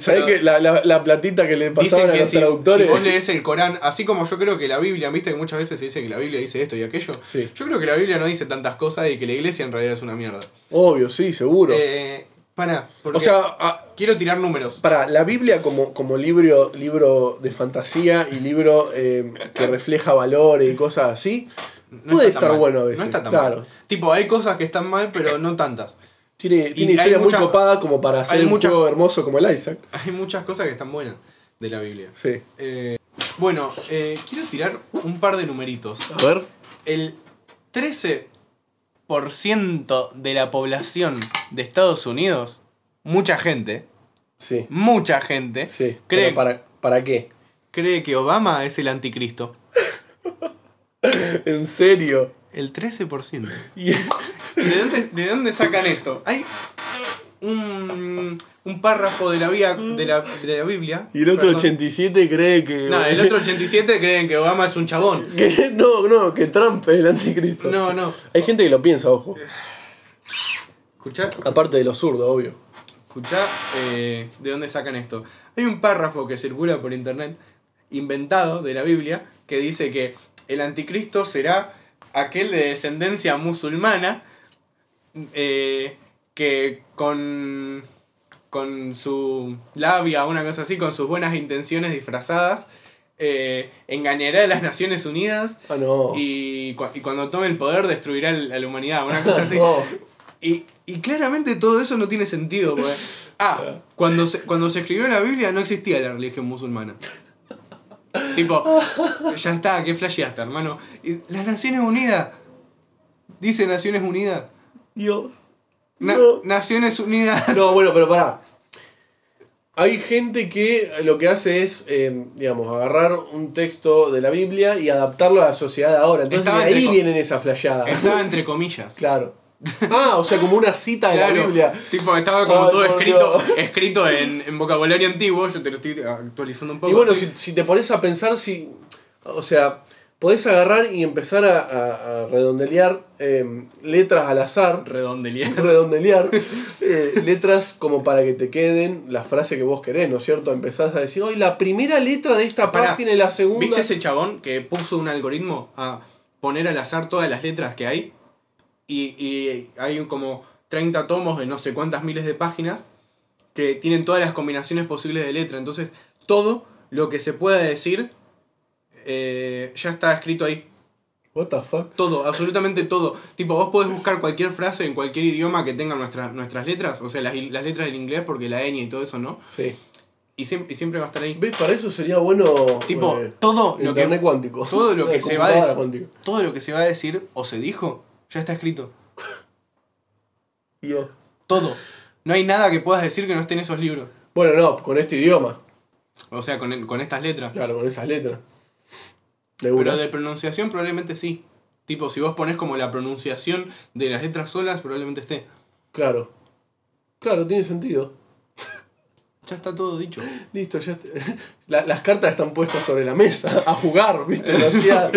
Speaker 2: ¿Sabés
Speaker 1: Pero-
Speaker 2: que la, la- la platita que le
Speaker 1: Dicen
Speaker 2: pasaban a
Speaker 1: que
Speaker 2: los
Speaker 1: si,
Speaker 2: traductores?
Speaker 1: si vos lees el Corán, así como yo creo que la Biblia, viste que muchas veces se dice que la Biblia dice esto y aquello,
Speaker 2: Sí,
Speaker 1: yo creo que la Biblia no dice tantas cosas y que la iglesia en realidad es una mierda.
Speaker 2: obvio, sí, seguro.
Speaker 1: Eh, para, porque
Speaker 2: o sea, a-
Speaker 1: quiero tirar números.
Speaker 2: para la Biblia como, como libro, libro de fantasía y libro eh, que refleja valores y cosas así,
Speaker 1: No
Speaker 2: puede
Speaker 1: está tan
Speaker 2: estar
Speaker 1: mal.
Speaker 2: bueno a veces.
Speaker 1: No está tan
Speaker 2: claro.
Speaker 1: mal. Tipo, hay cosas que están mal, pero no tantas.
Speaker 2: Tiene, tiene
Speaker 1: hay
Speaker 2: historia
Speaker 1: mucha-
Speaker 2: muy copada como para hacer
Speaker 1: hay
Speaker 2: un
Speaker 1: mucha-
Speaker 2: juego hermoso como el Isaac.
Speaker 1: Hay muchas cosas que están buenas de la Biblia.
Speaker 2: Sí.
Speaker 1: Eh, bueno, eh, quiero tirar un par de numeritos.
Speaker 2: A ver.
Speaker 1: El 13% de la población de Estados Unidos, mucha gente,
Speaker 2: Sí.
Speaker 1: mucha gente,
Speaker 2: Sí.
Speaker 1: cree,
Speaker 2: Pero para, ¿Para qué?
Speaker 1: cree que Obama es el anticristo.
Speaker 2: En serio.
Speaker 1: El 13%.
Speaker 2: Y-
Speaker 1: ¿Y de dónde, de dónde sacan esto? Hay un, un párrafo de la, vía, de, la, de la Biblia.
Speaker 2: Y el otro
Speaker 1: Perdón.
Speaker 2: 87 cree que.
Speaker 1: No, el otro 87 creen que Obama es un chabón.
Speaker 2: que- no, no, que Trump es el anticristo.
Speaker 1: No, no.
Speaker 2: Hay gente que lo piensa, ojo.
Speaker 1: Escuchá,
Speaker 2: Aparte de los zurdos, obvio.
Speaker 1: escuchá eh, de dónde sacan esto. Hay un párrafo que circula por internet, inventado de la Biblia, que dice que el anticristo será aquel de descendencia musulmana eh, que con, con su labia, una cosa así, con sus buenas intenciones disfrazadas, eh, engañará a las Naciones Unidas
Speaker 2: Ah, no.
Speaker 1: y, cua- y cuando tome el poder destruirá el- a la humanidad, una cosa así.
Speaker 2: No.
Speaker 1: Y, y claramente todo eso no tiene sentido. Porque, ah, cuando se, cuando se escribió la Biblia no existía la religión musulmana. Tipo, ya está, qué flasheaste, hermano. Y las Naciones Unidas, dice Naciones Unidas.
Speaker 2: Dios.
Speaker 1: Na-
Speaker 2: No.
Speaker 1: Naciones Unidas.
Speaker 2: No, bueno, pero pará. Hay gente que lo que hace es, eh, digamos, agarrar un texto de la Biblia y adaptarlo a la sociedad de ahora. Entonces
Speaker 1: Estaba
Speaker 2: de ahí
Speaker 1: entre co-
Speaker 2: vienen esas flashadas.
Speaker 1: Estaba entre comillas.
Speaker 2: Claro. Ah, o sea, como una cita de la
Speaker 1: Claro,
Speaker 2: Biblia.
Speaker 1: Tipo, estaba como
Speaker 2: Ay,
Speaker 1: todo
Speaker 2: por
Speaker 1: escrito,
Speaker 2: Dios.
Speaker 1: escrito en, en vocabulario antiguo. Yo te lo estoy actualizando un poco.
Speaker 2: Y bueno, si, si te pones a pensar, si. O sea, podés agarrar y empezar a, a- a redondelear eh, letras al azar.
Speaker 1: redondelía.
Speaker 2: redondelear eh, letras como para que te queden la frase que vos querés, ¿no es cierto? Empezás a decir, hoy la primera letra de esta
Speaker 1: Pará,
Speaker 2: página y la segunda.
Speaker 1: ¿Viste ese chabón que puso un algoritmo a poner al azar todas las letras que hay? Y, y hay como 30 tomos de no sé cuántas miles de páginas que tienen todas las combinaciones posibles de letra. Entonces, todo lo que se pueda decir eh, ya está escrito ahí.
Speaker 2: What the fuck?
Speaker 1: Todo, absolutamente todo. Tipo, vos podés buscar cualquier frase en cualquier idioma que tenga nuestras nuestras letras. O sea, las, las letras del inglés porque la ñ y todo eso, ¿no?
Speaker 2: Sí.
Speaker 1: Y, siem- y siempre va a estar ahí.
Speaker 2: ¿Ves? Para eso sería bueno.
Speaker 1: Tipo,
Speaker 2: eh,
Speaker 1: todo lo que
Speaker 2: internet cuántico.
Speaker 1: todo lo
Speaker 2: Una
Speaker 1: que se va a
Speaker 2: computadora
Speaker 1: des-
Speaker 2: cuántica.
Speaker 1: todo lo que se va a decir o se dijo ya está escrito.
Speaker 2: Dios.
Speaker 1: Todo. No hay nada que puedas decir que no esté en esos libros.
Speaker 2: Bueno, no, con este idioma.
Speaker 1: O sea, con, con estas letras.
Speaker 2: Claro, con esas letras. De una.
Speaker 1: Pero de pronunciación probablemente sí. Tipo, si vos pones como la pronunciación de las letras solas, probablemente esté.
Speaker 2: Claro. Claro, tiene sentido.
Speaker 1: Ya está todo dicho.
Speaker 2: Listo, ya. está. La- las cartas están puestas sobre la mesa. A jugar, ¿viste? Lo hacía-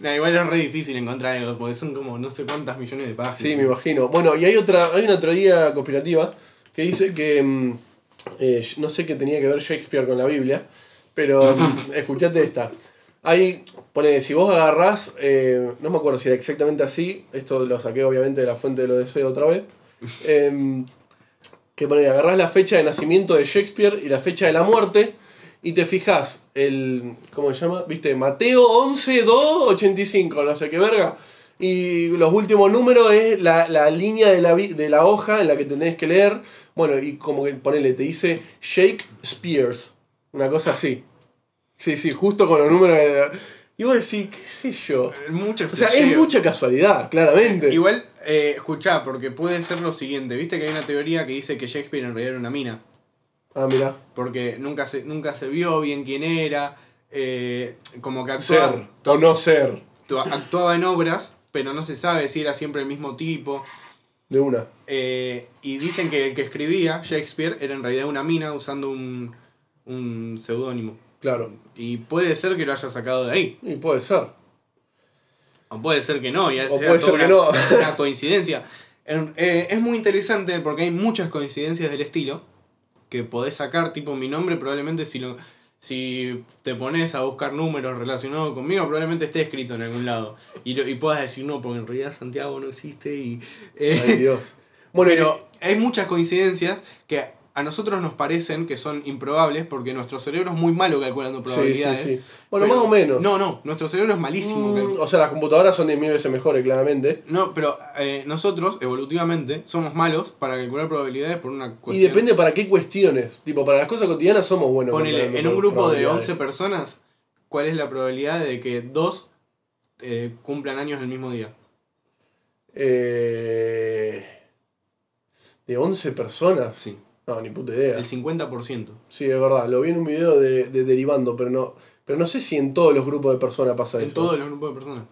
Speaker 1: Nah, igual es re difícil encontrar algo, porque son como no sé cuántas millones de páginas.
Speaker 2: Sí, me imagino. Bueno, y hay otra, hay una teoría conspirativa que dice que mm, eh, no sé qué tenía que ver Shakespeare con la Biblia, pero mm, escuchate esta. Hay, pone, si vos agarrás, eh, no me acuerdo si era exactamente así, esto lo saqué obviamente de la fuente de lo de Soy otra vez, em, que pone, agarrás la fecha de nacimiento de Shakespeare y la fecha de la muerte y te fijas el, ¿cómo se llama? ¿Viste? Mateo 11, 2, 85, no sé qué verga. Y los últimos números es la, la línea de la, vi- de la hoja en la que tenés que leer. Bueno, y como que ponele, te dice Shakespeare. Una cosa así. Sí, sí, justo con los números. de- Y vos decís, qué sé yo.
Speaker 1: Mucho
Speaker 2: O sea, es
Speaker 1: flasheo.
Speaker 2: mucha casualidad, claramente.
Speaker 1: Igual, eh, escuchá, porque puede ser lo siguiente. Viste que hay una teoría que dice que Shakespeare en realidad era una mina.
Speaker 2: Ah, mira.
Speaker 1: porque nunca se, nunca se vio bien quién era, eh, como que
Speaker 2: Ser
Speaker 1: actuaba,
Speaker 2: o no ser.
Speaker 1: actua- actuaba en obras, pero no se sabe si era siempre el mismo tipo.
Speaker 2: de una.
Speaker 1: Eh, y dicen que el que escribía Shakespeare era en realidad una mina usando un, un seudónimo.
Speaker 2: Claro.
Speaker 1: Y puede ser que lo haya sacado de ahí.
Speaker 2: Y puede ser.
Speaker 1: O puede ser que no. Y
Speaker 2: O puede ser
Speaker 1: una,
Speaker 2: que no.
Speaker 1: una coincidencia. En- eh, es muy interesante porque hay muchas coincidencias del estilo que podés sacar. Tipo, mi nombre probablemente si lo... Si te pones a buscar números relacionados conmigo, probablemente esté escrito en algún lado. Y, lo- y puedas decir, no, porque en realidad Santiago no existe. Y, eh,
Speaker 2: Ay, Dios. Bueno,
Speaker 1: Pero hay muchas coincidencias que a nosotros nos parecen que son improbables porque nuestro cerebro es muy malo calculando
Speaker 2: sí, sí,
Speaker 1: probabilidades.
Speaker 2: sí. Bueno,
Speaker 1: Pero-
Speaker 2: más o menos.
Speaker 1: No, no, nuestro cerebro es malísimo.
Speaker 2: Mm,
Speaker 1: calcu-
Speaker 2: o sea, las computadoras son 10.000 veces mejores, claramente.
Speaker 1: No, pero eh, nosotros, evolutivamente, somos malos para calcular probabilidades por una cuestión.
Speaker 2: Y depende para qué cuestiones. Tipo, para las cosas cotidianas somos buenos.
Speaker 1: Ponele, en
Speaker 2: calculando
Speaker 1: un grupo de
Speaker 2: probabilidades.
Speaker 1: 11 personas, ¿cuál es la probabilidad de que dos eh, cumplan años el mismo día?
Speaker 2: Eh, de 11 personas.
Speaker 1: Sí,
Speaker 2: No, ni puta idea.
Speaker 1: el 50%.
Speaker 2: Sí, es verdad. Lo vi en un video de, de Derivando, pero no, pero no sé si en todos los grupos de personas pasa
Speaker 1: En
Speaker 2: eso.
Speaker 1: todos los grupos de personas.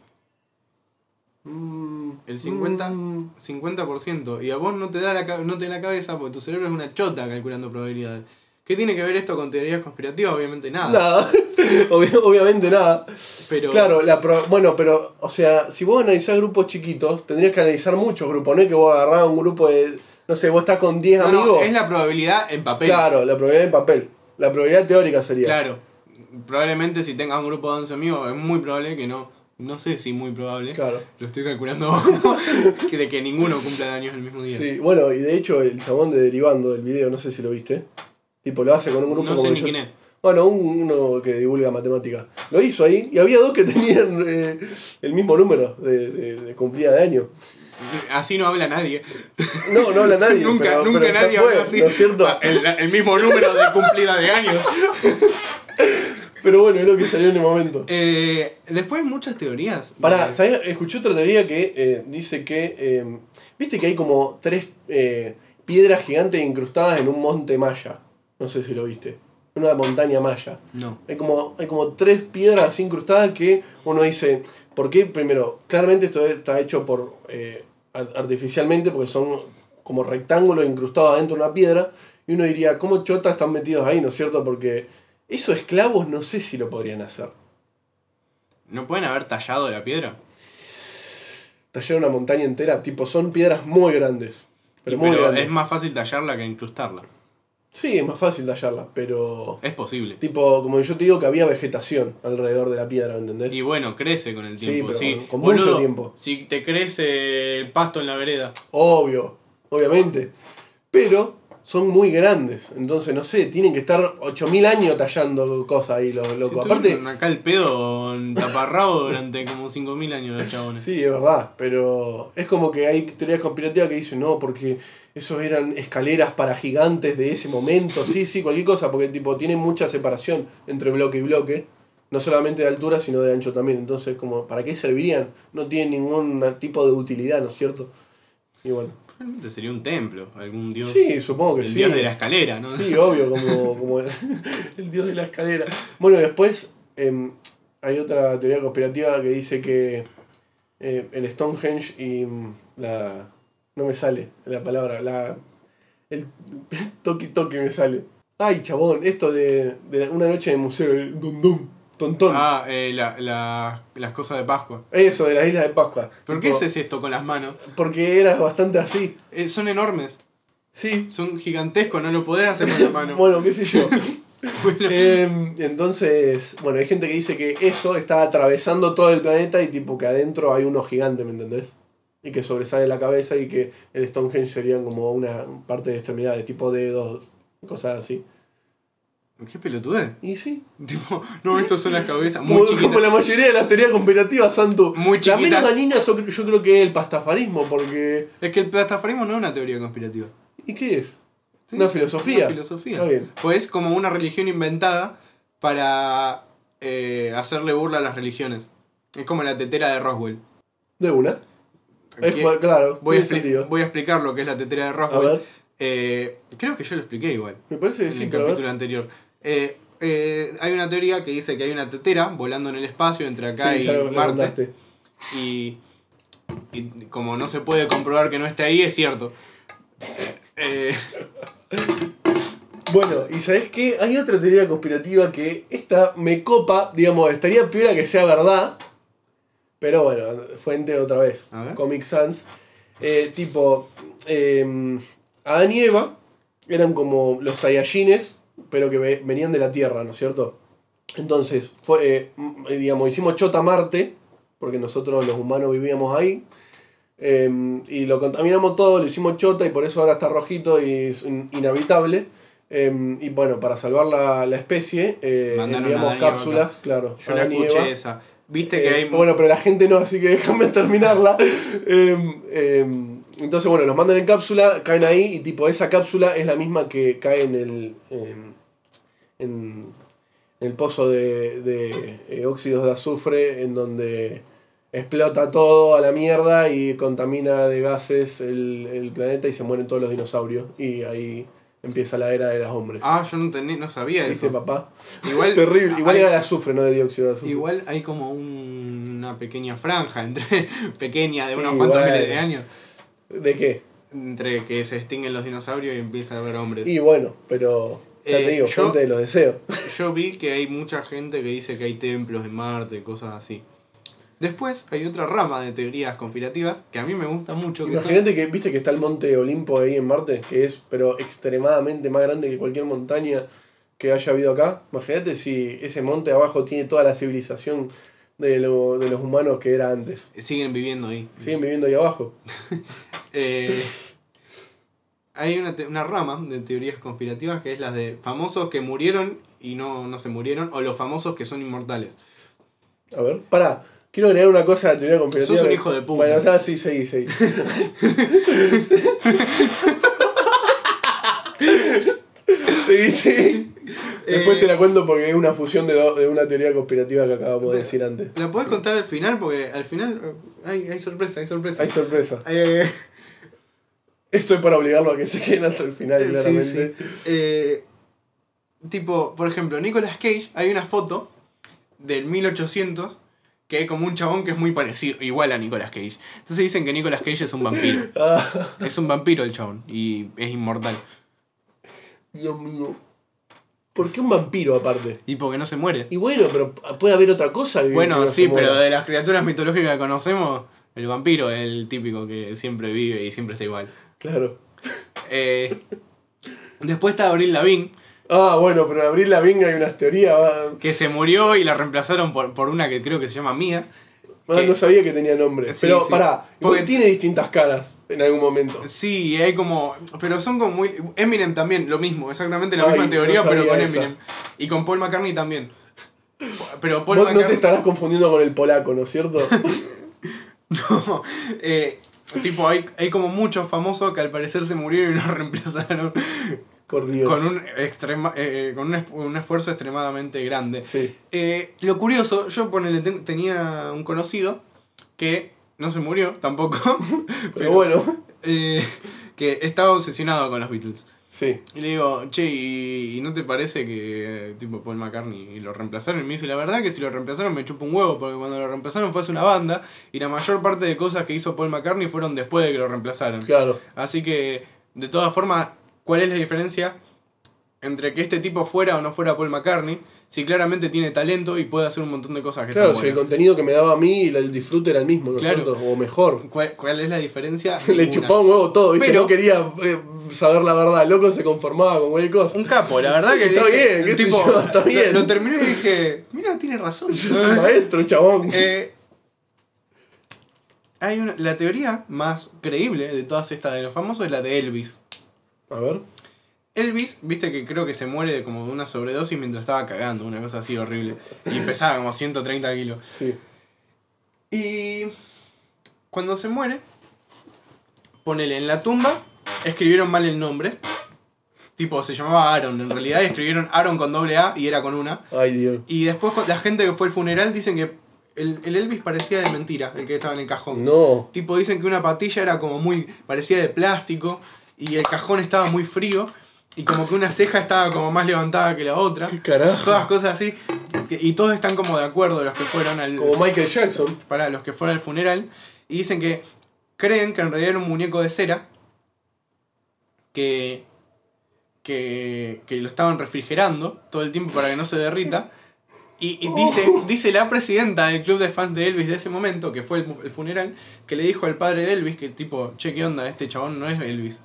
Speaker 2: Mm,
Speaker 1: El 50.
Speaker 2: mm,
Speaker 1: 50%. Y a vos no te da la, ca- no te da la cabeza porque tu cerebro es una chota calculando probabilidades. ¿Qué tiene que ver esto con teorías conspirativas? Obviamente nada.
Speaker 2: nada. Obvi- obviamente nada.
Speaker 1: Pero
Speaker 2: Claro, la pro- bueno, pero, o sea, si vos analizás grupos chiquitos, tendrías que analizar muchos grupos, no es que vos agarrás un grupo de, no sé, vos estás con 10
Speaker 1: No, no,
Speaker 2: amigos.
Speaker 1: es la probabilidad en papel. Claro.
Speaker 2: Claro, la probabilidad en papel. La probabilidad teórica sería.
Speaker 1: Probablemente si tengas un grupo de 11 amigos, es muy probable que no. No sé si muy probable.
Speaker 2: Claro.
Speaker 1: Lo estoy calculando que de que ninguno cumpla años el mismo día.
Speaker 2: Sí, bueno, y de hecho el chabón de derivando del video, no sé si lo viste. Tipo, lo hace con un grupo
Speaker 1: no sé
Speaker 2: como
Speaker 1: ni
Speaker 2: yo-
Speaker 1: quién es.
Speaker 2: Bueno, un- uno que divulga matemáticas. Lo hizo ahí y había dos que tenían eh, el mismo número de, de- de cumplida de año.
Speaker 1: Así no habla nadie.
Speaker 2: No, no habla nadie.
Speaker 1: nunca
Speaker 2: pero-
Speaker 1: nunca
Speaker 2: pero ya
Speaker 1: nadie
Speaker 2: fue,
Speaker 1: habla así. Ah,
Speaker 2: ¿no es cierto?
Speaker 1: El, el mismo número de cumplida de años.
Speaker 2: Pero bueno, es lo que salió en el momento.
Speaker 1: Eh, después hay muchas teorías.
Speaker 2: Pará,
Speaker 1: Eh,
Speaker 2: ¿sabés? escuché otra teoría que eh, dice que. eh, Viste que hay como tres eh, piedras gigantes incrustadas en un monte maya. No sé si lo viste. En Una montaña maya.
Speaker 1: No.
Speaker 2: Hay como, hay como tres piedras así incrustadas que uno dice, ¿por qué? Primero, claramente esto está hecho por eh, ar- artificialmente porque son como rectángulos incrustados adentro de una piedra. Y uno diría, ¿cómo chotas están metidos ahí, no es cierto? Porque esos esclavos no sé si lo podrían hacer.
Speaker 1: ¿No pueden haber tallado la piedra?
Speaker 2: Tallar una montaña entera, tipo, son piedras muy grandes. Pero
Speaker 1: Y
Speaker 2: muy grandes.
Speaker 1: es más fácil tallarla que incrustarla.
Speaker 2: Sí, es más fácil tallarlas, pero...
Speaker 1: Es posible.
Speaker 2: Tipo, como yo te digo que había vegetación alrededor de la piedra, ¿me entendés?
Speaker 1: Y bueno, crece con el
Speaker 2: Sí,
Speaker 1: tiempo.
Speaker 2: pero con- con
Speaker 1: Boludo,
Speaker 2: mucho tiempo.
Speaker 1: Si te crece el pasto en la vereda.
Speaker 2: Obvio, obviamente. Pero son muy grandes. Entonces, no sé, tienen que estar 8000 años tallando cosas ahí, los locos.
Speaker 1: Si
Speaker 2: Aparte,
Speaker 1: estuvieron acá el pedo en taparrabo durante como 5.000 años los chabones.
Speaker 2: sí, es verdad. Pero es como que hay teorías conspirativas que dicen, no, porque esos eran escaleras para gigantes de ese momento. Sí, sí, cualquier cosa. Porque, tipo, tienen mucha separación entre bloque y bloque. No solamente de altura, sino de ancho también. Entonces, como, ¿para qué servirían? No tienen ningún tipo de utilidad, ¿no es cierto? Y bueno.
Speaker 1: Realmente sería un templo, algún dios.
Speaker 2: Sí, supongo que
Speaker 1: el
Speaker 2: sí.
Speaker 1: dios de la escalera, ¿no?
Speaker 2: Sí, obvio, como, como el, el dios de la escalera. Bueno, después em, hay otra teoría conspirativa que dice que eh, el Stonehenge y mm, la... No me sale la palabra, la... El toqui toqui me sale. Ay, chabón, esto de, de una noche en el museo, el dum dum, tontón.
Speaker 1: Ah, eh, la- la- las cosas de Pascua.
Speaker 2: Eso, de las Islas de Pascua.
Speaker 1: ¿Por qué
Speaker 2: Tipo,
Speaker 1: haces esto con las manos?
Speaker 2: Porque era bastante así.
Speaker 1: Eh, son enormes,
Speaker 2: Sí.
Speaker 1: son gigantescos, Ah, no lo podés hacer con la mano.
Speaker 2: Bueno, qué sé yo.
Speaker 1: Bueno,
Speaker 2: Eh, entonces, bueno, hay gente que dice que eso está atravesando todo el planeta y tipo que adentro hay uno gigante, ¿me entendés? Y que sobresale la cabeza y que el Stonehenge serían como una parte de extremidades, tipo dedos, cosas así.
Speaker 1: ¿Qué pelotudez?
Speaker 2: Y sí,
Speaker 1: Tipo, no, estos son las cabezas muy
Speaker 2: como, como
Speaker 1: chiquitas.
Speaker 2: la mayoría de las teorías comparativas, Santo.
Speaker 1: Muy
Speaker 2: la menos
Speaker 1: chiquitas.
Speaker 2: dañina so- yo creo que es el pastafarismo, porque...
Speaker 1: Es que el platafarismo no es una teoría conspirativa.
Speaker 2: ¿Y qué es?
Speaker 1: Sí,
Speaker 2: Una filosofía.
Speaker 1: Una filosofía.
Speaker 2: Está bien.
Speaker 1: Pues es como una religión inventada para eh, hacerle burla a las religiones. Es como la tetera de Roswell.
Speaker 2: De una. Es
Speaker 1: Aquí-
Speaker 2: cual- claro,
Speaker 1: voy, a
Speaker 2: tiene
Speaker 1: expli-
Speaker 2: sentido.
Speaker 1: voy a explicar lo que es la tetera de
Speaker 2: A
Speaker 1: Roswell.
Speaker 2: ver,
Speaker 1: Eh, creo que yo lo expliqué igual
Speaker 2: me parece que
Speaker 1: en
Speaker 2: sí,
Speaker 1: el
Speaker 2: pero a ver.
Speaker 1: capítulo anterior. Eh, eh, hay una teoría que dice que hay una tetera volando en el espacio entre acá
Speaker 2: Sí,
Speaker 1: y
Speaker 2: ya lo- lo
Speaker 1: Marte.
Speaker 2: contaste.
Speaker 1: Y y como no se puede comprobar que no esté ahí, es cierto. Eh,
Speaker 2: Bueno, y ¿sabés qué? Hay otra teoría conspirativa que esta me copa, digamos, estaría peor a que sea verdad. Pero bueno, fuente otra vez.
Speaker 1: A ver.
Speaker 2: Comic Sans. Eh, tipo, eh, Adán y Eva eran como los Saiyajines, pero que ve- venían de la Tierra, ¿no es cierto? Entonces, fue, eh, m- digamos, hicimos Chota Marte, porque nosotros los humanos vivíamos ahí. Eh, y lo contaminamos todo, lo hicimos chota y por eso ahora está rojito y es in- inhabitable. Eh, y bueno, para salvar la, la especie, eh,
Speaker 1: Mandaron a
Speaker 2: enviamos
Speaker 1: Adán y Eva
Speaker 2: cápsulas, claro.
Speaker 1: yo la
Speaker 2: Adán y
Speaker 1: escuché
Speaker 2: Eva.
Speaker 1: esa. Viste que
Speaker 2: Eh,
Speaker 1: hay.
Speaker 2: Bueno, pero la gente no, así que déjame terminarla. Eh, eh, entonces, bueno, los mandan en cápsula, caen ahí y tipo esa cápsula es la misma que cae en el, eh, en, en el pozo de, de, eh, óxidos de azufre, en donde explota todo a la mierda y contamina de gases el, el planeta y se mueren todos los dinosaurios. Y ahí empieza la era de los hombres.
Speaker 1: Ah, yo no, tenía, no sabía
Speaker 2: ¿Viste,
Speaker 1: eso.
Speaker 2: papá?
Speaker 1: Igual,
Speaker 2: Terrible. Igual
Speaker 1: hay-
Speaker 2: era de azufre, no de dióxido de azufre.
Speaker 1: Igual hay como un- una pequeña franja entre pequeña de unos
Speaker 2: Sí,
Speaker 1: cuantos
Speaker 2: bueno.
Speaker 1: miles de años
Speaker 2: ¿De qué?
Speaker 1: entre que se extinguen los dinosaurios y empieza a haber hombres.
Speaker 2: Y bueno, pero ya
Speaker 1: Eh,
Speaker 2: te digo,
Speaker 1: yo-
Speaker 2: fuente de los deseos.
Speaker 1: Yo vi que hay mucha gente que dice que hay templos en Marte, cosas así. Después hay otra rama de teorías conspirativas que a mí me gusta mucho, que son-
Speaker 2: Imagínate que viste que está el monte Olimpo ahí en Marte, que es pero extremadamente más grande que cualquier montaña que haya habido acá. Imagínate si ese monte abajo tiene toda la civilización de, lo- de los humanos que era antes.
Speaker 1: siguen viviendo ahí.
Speaker 2: Siguen viviendo ahí abajo.
Speaker 1: Eh, hay una, te- una rama de teorías conspirativas que es las de famosos que murieron y no, no se murieron, o los famosos que son inmortales.
Speaker 2: A ver, pará. Quiero agregar una cosa a la teoría conspirativa.
Speaker 1: Sos un
Speaker 2: que-
Speaker 1: hijo de puta.
Speaker 2: Bueno, o sea, sí, seguí, seguí. seguí, seguí. Después
Speaker 1: Eh,
Speaker 2: te la cuento porque es una fusión de, do- de una teoría conspirativa que acabamos de
Speaker 1: de-
Speaker 2: decir antes.
Speaker 1: ¿La podés contar al final? Porque al final eh, hay, hay sorpresa, hay sorpresa.
Speaker 2: Hay sorpresa.
Speaker 1: Eh,
Speaker 2: Esto es para obligarlo a que se queden hasta el final,
Speaker 1: Sí,
Speaker 2: claramente.
Speaker 1: sí. Eh, tipo, por ejemplo, Nicolas Cage, hay una foto del 1800 que hay como un chabón que es muy parecido, igual a Nicolas Cage. Entonces dicen que Nicolas Cage es un vampiro.
Speaker 2: Ah,
Speaker 1: Es un vampiro el chabón y es inmortal.
Speaker 2: Dios mío. ¿Por qué un vampiro aparte?
Speaker 1: Y porque no se muere.
Speaker 2: Y bueno, pero puede haber otra cosa. que- que
Speaker 1: Bueno,
Speaker 2: no se
Speaker 1: sí, pero
Speaker 2: muera.
Speaker 1: de las criaturas mitológicas que conocemos, el vampiro es el típico que siempre vive y siempre está igual.
Speaker 2: Claro.
Speaker 1: Eh, después está Abril Lavigne,
Speaker 2: Ah, bueno, pero abrir la vinga hay unas teorías. Ah, va.
Speaker 1: que se murió y la reemplazaron por, por una que creo que se llama Mía.
Speaker 2: Ah,
Speaker 1: Que-
Speaker 2: no sabía que tenía nombre.
Speaker 1: Sí,
Speaker 2: pero
Speaker 1: sí.
Speaker 2: pará, porque
Speaker 1: Porque-
Speaker 2: tiene distintas caras en algún momento.
Speaker 1: Sí, hay como. Pero son como muy. Eminem también, lo mismo, exactamente la
Speaker 2: Ay,
Speaker 1: misma
Speaker 2: no
Speaker 1: teoría, pero
Speaker 2: sabía
Speaker 1: con
Speaker 2: esa.
Speaker 1: Eminem. Y con Paul McCartney también. Pero Paul
Speaker 2: Vos no te
Speaker 1: McCartney.
Speaker 2: estarás confundiendo con el polaco, ¿no es cierto?
Speaker 1: no, eh, tipo, hay, hay como muchos famosos que al parecer se murieron y los reemplazaron
Speaker 2: Por Dios.
Speaker 1: con un, extrema, eh, con un, es- un esfuerzo extremadamente grande.
Speaker 2: Sí.
Speaker 1: Eh, lo curioso, yo ponele, ten- tenía un conocido que no se murió tampoco,
Speaker 2: Pero,
Speaker 1: pero,
Speaker 2: bueno,
Speaker 1: eh, que estaba obsesionado con los Beatles.
Speaker 2: sí.
Speaker 1: Y le digo, che, ¿y, y no te parece que eh, tipo Paul McCartney y lo reemplazaron? Y me dice, la verdad que si lo reemplazaron me chupa un huevo, porque cuando lo reemplazaron fue hace una banda y la mayor parte de cosas que hizo Paul McCartney fueron después de que lo reemplazaron.
Speaker 2: Claro.
Speaker 1: Así que, de todas formas, ¿cuál es la diferencia entre que este tipo fuera o no fuera Paul McCartney? Si claramente tiene talento y puede hacer un montón de cosas que
Speaker 2: Claro,
Speaker 1: están
Speaker 2: si el
Speaker 1: buenas.
Speaker 2: contenido que me daba a mí y el disfrute era el mismo, ¿no es
Speaker 1: Claro.
Speaker 2: cierto? O mejor.
Speaker 1: ¿Cuál, cuál es la diferencia?
Speaker 2: Le
Speaker 1: Ninguna.
Speaker 2: chupaba un huevo todo, ¿viste?
Speaker 1: Pero-
Speaker 2: no quería eh, saber la verdad. El loco se conformaba con cualquier cosa.
Speaker 1: Un capo, la verdad
Speaker 2: Sí,
Speaker 1: que
Speaker 2: está
Speaker 1: dije,
Speaker 2: bien, qué sé
Speaker 1: tipo,
Speaker 2: yo, está
Speaker 1: lo-
Speaker 2: bien.
Speaker 1: Lo, terminé y dije, mira, tiene razón.
Speaker 2: Es un maestro, chabón.
Speaker 1: Eh, hay una- la teoría más creíble de todas estas de los famosos es la de Elvis.
Speaker 2: A ver.
Speaker 1: Elvis, viste que creo que se muere de como de una sobredosis mientras estaba cagando, una cosa así horrible. Y pesaba como 130 kilos.
Speaker 2: Sí.
Speaker 1: Y cuando se muere, ponele en la tumba, escribieron mal el nombre. Tipo, se llamaba Aaron en realidad y escribieron Aaron con doble A y era con una.
Speaker 2: Ay, Dios.
Speaker 1: Y después cu- la gente que fue al funeral dicen que el, el Elvis parecía de mentira, el que estaba en el cajón.
Speaker 2: No.
Speaker 1: Tipo, dicen que una patilla era como muy. parecía de plástico y el cajón estaba muy frío. y como que una ceja estaba como más levantada que la otra.
Speaker 2: ¿Qué carajo?
Speaker 1: Todas cosas así. que- Y todos están como de acuerdo los que fueron al.
Speaker 2: Como Michael Jackson.
Speaker 1: para los que fueron al funeral. Y dicen que creen que en realidad era un muñeco de cera. Que. que. que lo estaban refrigerando todo el tiempo para que no se derrita. Y, y dice, dice la presidenta del club de fans de Elvis de ese momento, que fue el, mu- el funeral, que le dijo al padre de Elvis que tipo, che, ¿qué onda? Este chabón no es Elvis.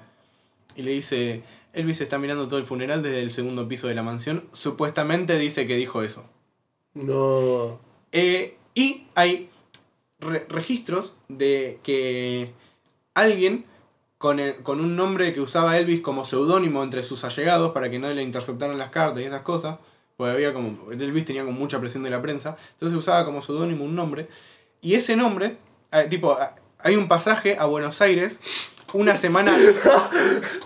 Speaker 1: Y le dice, Elvis está mirando todo el funeral desde el segundo piso de la mansión. Supuestamente dice que dijo eso.
Speaker 2: No.
Speaker 1: Eh, y hay re- registros de que alguien con, el- con un nombre que usaba Elvis como seudónimo entre sus allegados para que no le interceptaran las cartas y esas cosas, porque había como, Elvis tenía como mucha presión de la prensa, entonces usaba como seudónimo un nombre, y ese nombre, eh, tipo, ah, hay un pasaje a Buenos Aires una semana,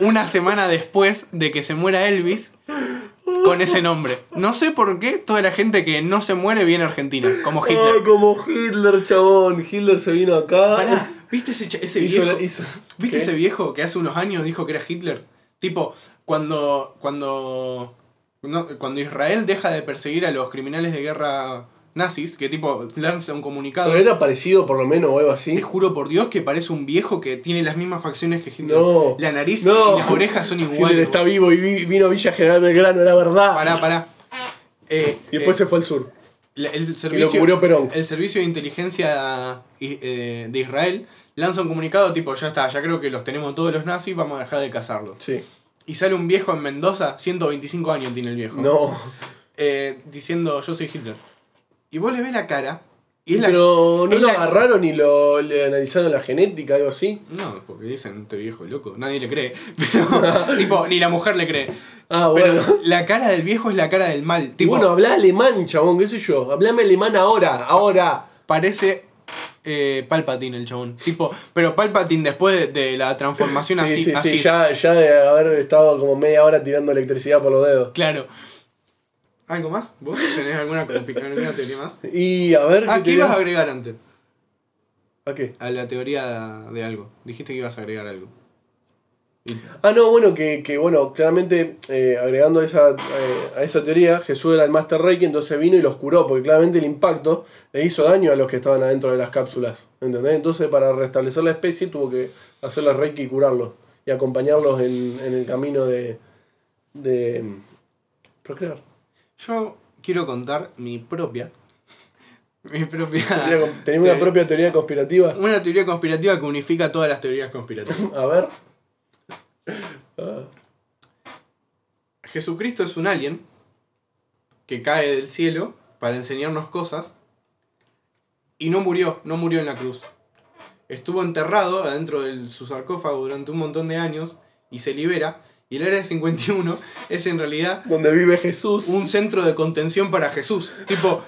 Speaker 1: una semana después de que se muera Elvis, con ese nombre. No sé por qué toda la gente que no se muere viene a Argentina, como
Speaker 2: Ah,
Speaker 1: Hitler.
Speaker 2: como Hitler, chabón. Hitler se vino acá.
Speaker 1: Pará, Ah, eh, ¿viste ese, cha- ese
Speaker 2: hizo
Speaker 1: viejo?
Speaker 2: la- hizo-
Speaker 1: ¿Viste
Speaker 2: ¿Qué?
Speaker 1: ese viejo que hace unos años dijo que era Hitler? Tipo, cuando. cuando. no, cuando Israel deja de perseguir a los criminales de guerra nazis, que tipo lanza un comunicado.
Speaker 2: Pero era parecido por lo menos o algo así.
Speaker 1: Te juro por Dios que parece un viejo que tiene las mismas facciones que Hitler.
Speaker 2: No.
Speaker 1: La nariz
Speaker 2: No.
Speaker 1: y las orejas son
Speaker 2: Hitler
Speaker 1: iguales.
Speaker 2: está vivo y vi- vino a Villa General Belgrano, era verdad.
Speaker 1: Pará, pará. Eh,
Speaker 2: Y
Speaker 1: eh,
Speaker 2: después se fue al sur.
Speaker 1: la- el
Speaker 2: Y lo
Speaker 1: servicio.
Speaker 2: cubrió Perón.
Speaker 1: el servicio de inteligencia i- eh, de Israel lanza un comunicado tipo, ya está, ya creo que los tenemos todos los nazis, vamos a dejar de cazarlos.
Speaker 2: Sí.
Speaker 1: Y sale un viejo en Mendoza, 125 años tiene el viejo,
Speaker 2: No.
Speaker 1: eh, diciendo yo soy Hitler. Y vos le ves la cara y es la...
Speaker 2: Pero no
Speaker 1: es
Speaker 2: lo
Speaker 1: la-
Speaker 2: agarraron y lo le analizaron la genética, algo así.
Speaker 1: No, porque dicen, este viejo es loco, nadie le cree. Pero, tipo, ni la mujer le cree.
Speaker 2: Ah,
Speaker 1: Pero
Speaker 2: bueno.
Speaker 1: la cara del viejo es la cara del mal.
Speaker 2: Y
Speaker 1: Tipo,
Speaker 2: bueno, habla alemán, chabón, qué sé yo. Hablame alemán ahora, ahora.
Speaker 1: parece eh, Palpatine el chabón. Tipo, pero Palpatine después de, de la transformación
Speaker 2: Sí,
Speaker 1: así,
Speaker 2: sí,
Speaker 1: así
Speaker 2: sí, ya, ya de haber estado como media hora tirando electricidad por los dedos.
Speaker 1: Claro. ¿Algo más? ¿Vos tenés alguna, compi- alguna teoría más?
Speaker 2: Y a ver.
Speaker 1: Ah,
Speaker 2: ¿qué
Speaker 1: ¿qué
Speaker 2: te
Speaker 1: ibas a
Speaker 2: digo?
Speaker 1: agregar antes?
Speaker 2: ¿A qué?
Speaker 1: A la teoría de algo. Dijiste que ibas a agregar algo. Y-
Speaker 2: Ah, no, bueno, que, que bueno, claramente eh, agregando esa, eh, a esa teoría, Jesús era el Master Reiki, entonces vino y los curó, porque claramente el impacto le hizo daño a los que estaban adentro de las cápsulas, ¿entendés? Entonces para restablecer la especie tuvo que hacerles Reiki y curarlos, y acompañarlos en, en el camino de, de mm, procrear.
Speaker 1: Yo quiero contar mi propia. Mi propia.
Speaker 2: Tenía con- Tenía una
Speaker 1: teoría-
Speaker 2: propia teoría conspirativa.
Speaker 1: Una teoría conspirativa que unifica todas las teorías conspirativas.
Speaker 2: A ver. Ah,
Speaker 1: Jesucristo es un alien que cae del cielo para enseñarnos cosas y no murió, no murió en la cruz. Estuvo enterrado adentro de su sarcófago durante un montón de años y se libera. Y el área 51 es en realidad
Speaker 2: donde vive Jesús.
Speaker 1: un centro de contención para Jesús. Tipo,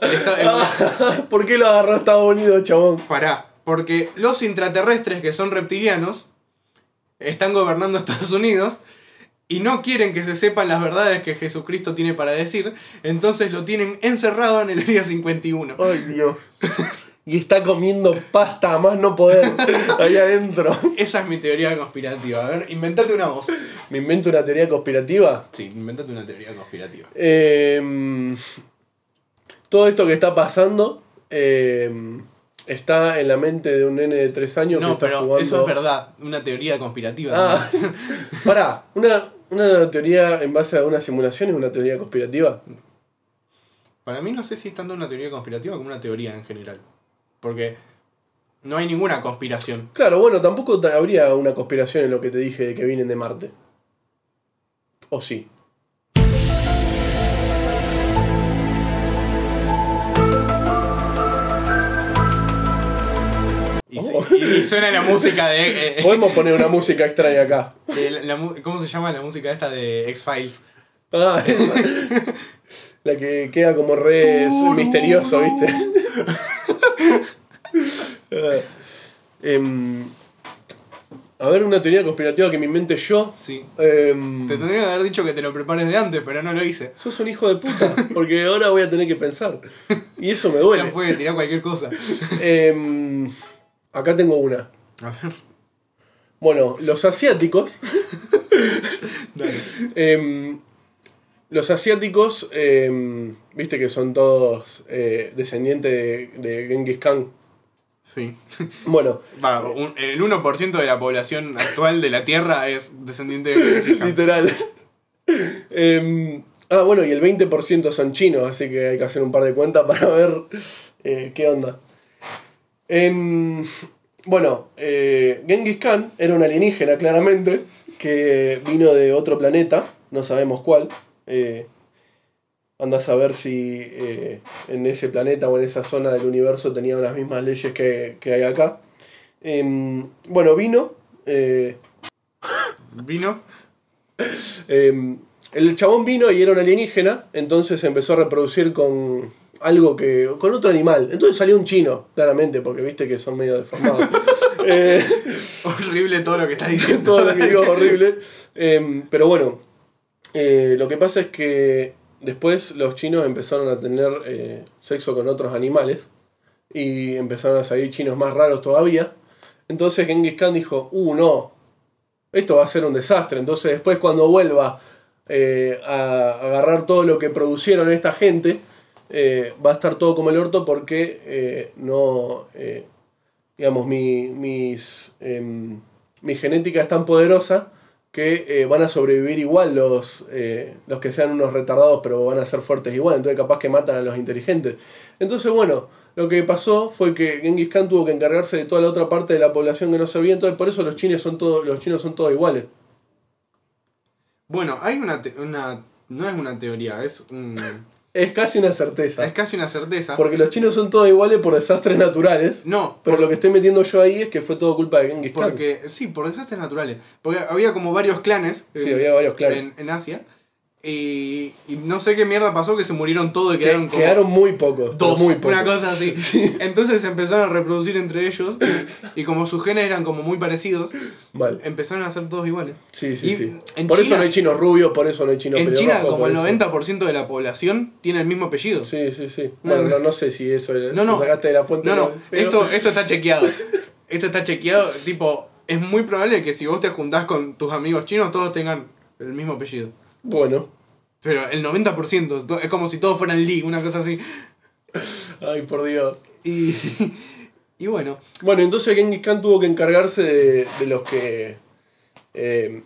Speaker 1: el esta- el-
Speaker 2: ¿Por qué lo agarró Estados Unidos, chabón?
Speaker 1: Pará, porque los intraterrestres que son reptilianos están gobernando Estados Unidos y no quieren que se sepan las verdades que Jesucristo tiene para decir, entonces lo tienen encerrado en el área 51.
Speaker 2: Ay, Dios. Y está comiendo pasta a más no poder ahí adentro.
Speaker 1: Esa es mi teoría conspirativa. A ver, inventate una voz.
Speaker 2: ¿Me invento una teoría conspirativa?
Speaker 1: Sí, inventate una teoría conspirativa.
Speaker 2: Eh, todo esto que está pasando eh, está en la mente de un nene de 3 años que
Speaker 1: No,
Speaker 2: está
Speaker 1: pero
Speaker 2: jugando.
Speaker 1: eso es verdad, una teoría conspirativa.
Speaker 2: Ah, pará, una, una teoría en base a una simulación es una teoría conspirativa.
Speaker 1: Para mí no sé si es tanto una teoría conspirativa como una teoría en general. Porque no hay ninguna conspiración.
Speaker 2: Claro, bueno, tampoco ta- habría una conspiración en lo que te dije de que vienen de Marte. ¿O sí?
Speaker 1: Y,
Speaker 2: Oh.
Speaker 1: y- y suena la música de... eh,
Speaker 2: Podemos poner una música extraña acá.
Speaker 1: De la- la mu- ¿Cómo se llama la música esta de X-Files?
Speaker 2: Ah, esa. La que queda como re misterioso, ¿viste? Ah, em, a ver, una teoría conspirativa que me invente yo.
Speaker 1: Sí.
Speaker 2: Em,
Speaker 1: Te tendría que haber dicho que te lo prepares de antes, pero no lo hice.
Speaker 2: sos un hijo de puta, porque ahora voy a tener que pensar. Y eso me duele.
Speaker 1: Ya puede tirar cualquier cosa.
Speaker 2: Em, acá tengo una.
Speaker 1: A ver.
Speaker 2: Bueno, los asiáticos Em, los asiáticos, em, viste que son todos eh, descendientes de, de Genghis Khan.
Speaker 1: Sí.
Speaker 2: Bueno,
Speaker 1: Va, un- el 1% de la población actual de la Tierra es descendiente de...
Speaker 2: literal. Em, ah, bueno, y el 20% son chinos, así que hay que hacer un par de cuentas para ver eh, qué onda. Em, bueno, eh, Genghis Khan era un alienígena, claramente, que vino de otro planeta, no sabemos cuál. eh, anda a saber si eh, en ese planeta o en esa zona del universo tenía las mismas leyes que, que hay acá. Em, bueno, vino. eh,
Speaker 1: Vino.
Speaker 2: eh, el chabón vino y era un alienígena, entonces empezó a reproducir con algo que. con otro animal. Entonces salió un chino, claramente, porque viste que son medio deformados. Eh,
Speaker 1: Horrible todo lo que estás diciendo.
Speaker 2: todo lo que digo es horrible. Eh, pero bueno, eh, lo que pasa es que después los chinos empezaron a tener eh, sexo con otros animales y empezaron a salir chinos más raros todavía. Entonces Genghis Khan dijo, uh, no, esto va a ser un desastre. Entonces después cuando vuelva eh, a agarrar todo lo que producieron esta gente, eh, va a estar todo como el orto porque eh, no... eh, digamos, mi, mis, em, mi genética es tan poderosa que eh, van a sobrevivir igual los, eh, los que sean unos retardados, pero van a ser fuertes igual, entonces capaz que matan a los inteligentes. Entonces, bueno, lo que pasó fue que Genghis Khan tuvo que encargarse de toda la otra parte de la población que no sabía, entonces por eso los chinos son todos, los chinos son todos iguales.
Speaker 1: Bueno, hay una, te- una... No es una teoría, es un...
Speaker 2: Es casi una certeza.
Speaker 1: Es casi una certeza.
Speaker 2: Porque los chinos son todos iguales por desastres naturales.
Speaker 1: No,
Speaker 2: Pero lo que estoy metiendo yo ahí es que fue todo culpa de Genghis Khan.
Speaker 1: porque... Sí, por desastres naturales. Porque había como varios clanes.
Speaker 2: Sí,
Speaker 1: eh,
Speaker 2: había varios, claro.
Speaker 1: en, en Asia. Y, y no sé qué mierda pasó que se murieron todos y
Speaker 2: Que-
Speaker 1: quedaron
Speaker 2: quedaron,
Speaker 1: como
Speaker 2: muy pocos. pero
Speaker 1: dos,
Speaker 2: muy
Speaker 1: una
Speaker 2: pocos.
Speaker 1: cosa así. Entonces se empezaron a reproducir entre ellos y como sus genes eran como muy parecidos,
Speaker 2: Mal.
Speaker 1: empezaron a ser todos iguales.
Speaker 2: Sí,
Speaker 1: Y
Speaker 2: sí, sí.
Speaker 1: en
Speaker 2: Por eso
Speaker 1: China-
Speaker 2: no hay chinos rubios, por eso no hay chinos
Speaker 1: en
Speaker 2: pelirrojos,
Speaker 1: China como
Speaker 2: por
Speaker 1: el
Speaker 2: eso.
Speaker 1: 90% de la población tiene el mismo apellido.
Speaker 2: Sí, sí, sí.
Speaker 1: No,
Speaker 2: Bueno,
Speaker 1: no.
Speaker 2: no, no sé si eso era-
Speaker 1: No, no.
Speaker 2: lo sacaste de la fuente.
Speaker 1: No, no,
Speaker 2: de- pero-
Speaker 1: esto, esto está chequeado. Esto está chequeado, tipo, es muy probable que si vos te juntás con tus amigos chinos todos tengan el mismo apellido.
Speaker 2: Bueno.
Speaker 1: Pero el 90%, to- es como si todos fueran Lee, una cosa así.
Speaker 2: Ay, por Dios.
Speaker 1: Y, y bueno,
Speaker 2: Bueno, entonces Genghis Khan tuvo que encargarse de, de los que. eh,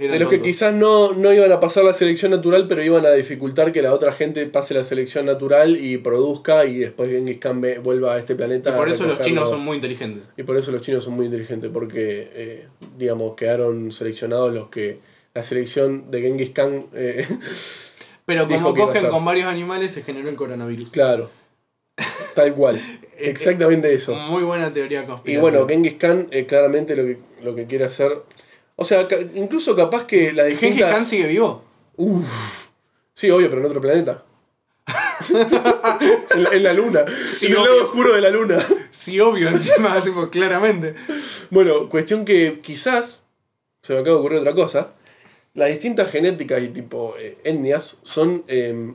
Speaker 1: eran
Speaker 2: de los que
Speaker 1: tontos.
Speaker 2: quizás no, no iban a pasar la selección natural, pero iban a dificultar que la otra gente pase la selección natural y produzca y después Genghis Khan ve- vuelva a este
Speaker 1: Y
Speaker 2: planeta.
Speaker 1: por
Speaker 2: a
Speaker 1: eso los
Speaker 2: recogerlo.
Speaker 1: chinos son muy inteligentes.
Speaker 2: Y por eso los chinos son muy inteligentes, porque, eh, digamos, quedaron seleccionados los que la selección de Genghis Khan. eh,
Speaker 1: Pero como
Speaker 2: Dijo que iba a
Speaker 1: cogen
Speaker 2: ser.
Speaker 1: con varios animales, se generó el coronavirus.
Speaker 2: claro, tal
Speaker 1: Eh,
Speaker 2: cual. Exactamente eso.
Speaker 1: Muy buena teoría
Speaker 2: Y
Speaker 1: conspirativa.
Speaker 2: bueno, Genghis Khan eh, claramente lo que, lo que quiere hacer. O sea, ca- incluso capaz que la
Speaker 1: Genghis
Speaker 2: distinta.
Speaker 1: Khan sigue vivo.
Speaker 2: Uf. Sí, obvio, pero en otro planeta. en, la, en la luna.
Speaker 1: Sí,
Speaker 2: en el
Speaker 1: obvio.
Speaker 2: lado oscuro de la luna.
Speaker 1: Sí, obvio, encima, tipo, claramente.
Speaker 2: Bueno, cuestión que quizás, se me acaba de ocurrir otra cosa, las distintas genéticas y tipo eh, etnias son eh,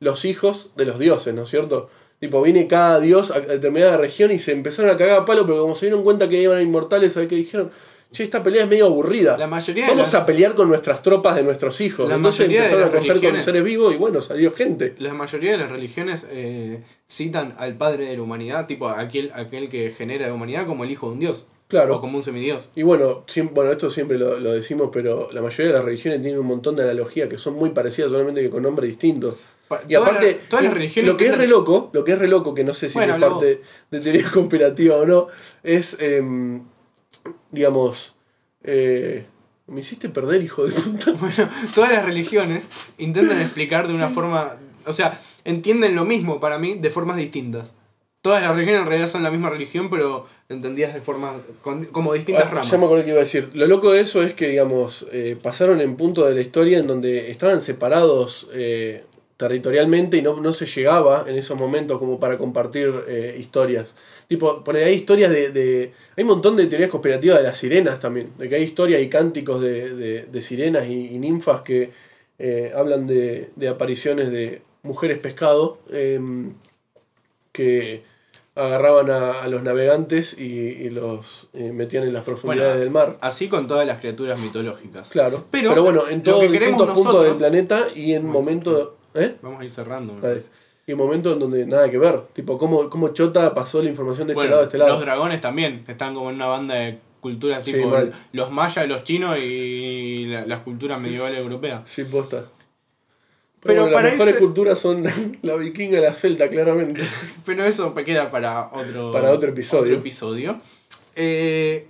Speaker 2: los hijos de los dioses, ¿no es cierto? Tipo, viene cada dios a a determinada región y se empezaron a cagar a palo, pero como se dieron cuenta que iban inmortales, ¿sabes qué dijeron? Che, esta pelea es medio aburrida.
Speaker 1: La mayoría de
Speaker 2: Vamos
Speaker 1: las-
Speaker 2: a pelear con nuestras tropas de nuestros hijos.
Speaker 1: La
Speaker 2: Entonces
Speaker 1: mayoría de
Speaker 2: empezaron a
Speaker 1: las
Speaker 2: coger con
Speaker 1: religiones-
Speaker 2: seres vivos y bueno, salió gente.
Speaker 1: La mayoría de las religiones eh, citan al padre de la humanidad, tipo aquel, aquel que genera la humanidad, como el hijo de un dios.
Speaker 2: Claro.
Speaker 1: O como un semidios.
Speaker 2: Y bueno, siem- bueno, esto siempre lo, lo decimos, pero la mayoría de las religiones tienen un montón de analogías que son muy parecidas, solamente que con nombres distintos.
Speaker 1: Pa-
Speaker 2: Y
Speaker 1: todas
Speaker 2: aparte,
Speaker 1: las- todas las religiones
Speaker 2: lo que es re loco, lo que es re loco, que no sé si
Speaker 1: Bueno,
Speaker 2: es
Speaker 1: habla vos.
Speaker 2: parte de teoría conspirativa o no, es, em, digamos, eh, me hiciste perder, hijo de puta.
Speaker 1: Bueno, todas las religiones intentan explicar de una forma. O sea, entienden lo mismo para mí de formas distintas. Todas las religiones en realidad son la misma religión, pero entendidas de forma. con- como distintas
Speaker 2: Ah,
Speaker 1: ramas.
Speaker 2: Ya me acuerdo que iba a decir. Lo loco de eso es que, digamos, eh, pasaron en punto de la historia en donde estaban separados eh, territorialmente y no, no se llegaba en esos momentos como para compartir eh, historias. Tipo, poner hay historias de, de- Hay un montón de teorías conspirativas de las sirenas también. De que hay historias y cánticos de, de- de sirenas y, y ninfas que eh, hablan de, de apariciones de mujeres pescado. em, que agarraban a, a los navegantes y, y los eh, metían en las profundidades del mar.
Speaker 1: Así con todas las criaturas mitológicas.
Speaker 2: Claro.
Speaker 1: Pero,
Speaker 2: Pero, bueno, en
Speaker 1: lo
Speaker 2: todos
Speaker 1: que
Speaker 2: los
Speaker 1: queremos
Speaker 2: distintos puntos del
Speaker 1: nosotros-
Speaker 2: planeta y en
Speaker 1: Bueno,
Speaker 2: momentos. ¿Eh?
Speaker 1: Vamos a ir cerrando, me
Speaker 2: Dale.
Speaker 1: parece.
Speaker 2: Y en momentos en donde nada que ver. Tipo, ¿cómo, cómo Chota pasó la información de este
Speaker 1: Bueno,
Speaker 2: lado a este
Speaker 1: los
Speaker 2: lado?
Speaker 1: dragones también están como en una banda de culturas
Speaker 2: Sí,
Speaker 1: tipo
Speaker 2: mal.
Speaker 1: los mayas, los chinos y la- las culturas medievales europeas.
Speaker 2: Sí, posta.
Speaker 1: Pero
Speaker 2: Pero,
Speaker 1: para
Speaker 2: las mejores
Speaker 1: irse-
Speaker 2: culturas son la vikinga y la celta, claramente.
Speaker 1: Pero eso me queda para otro,
Speaker 2: Para otro
Speaker 1: otro
Speaker 2: episodio.
Speaker 1: episodio. Eh,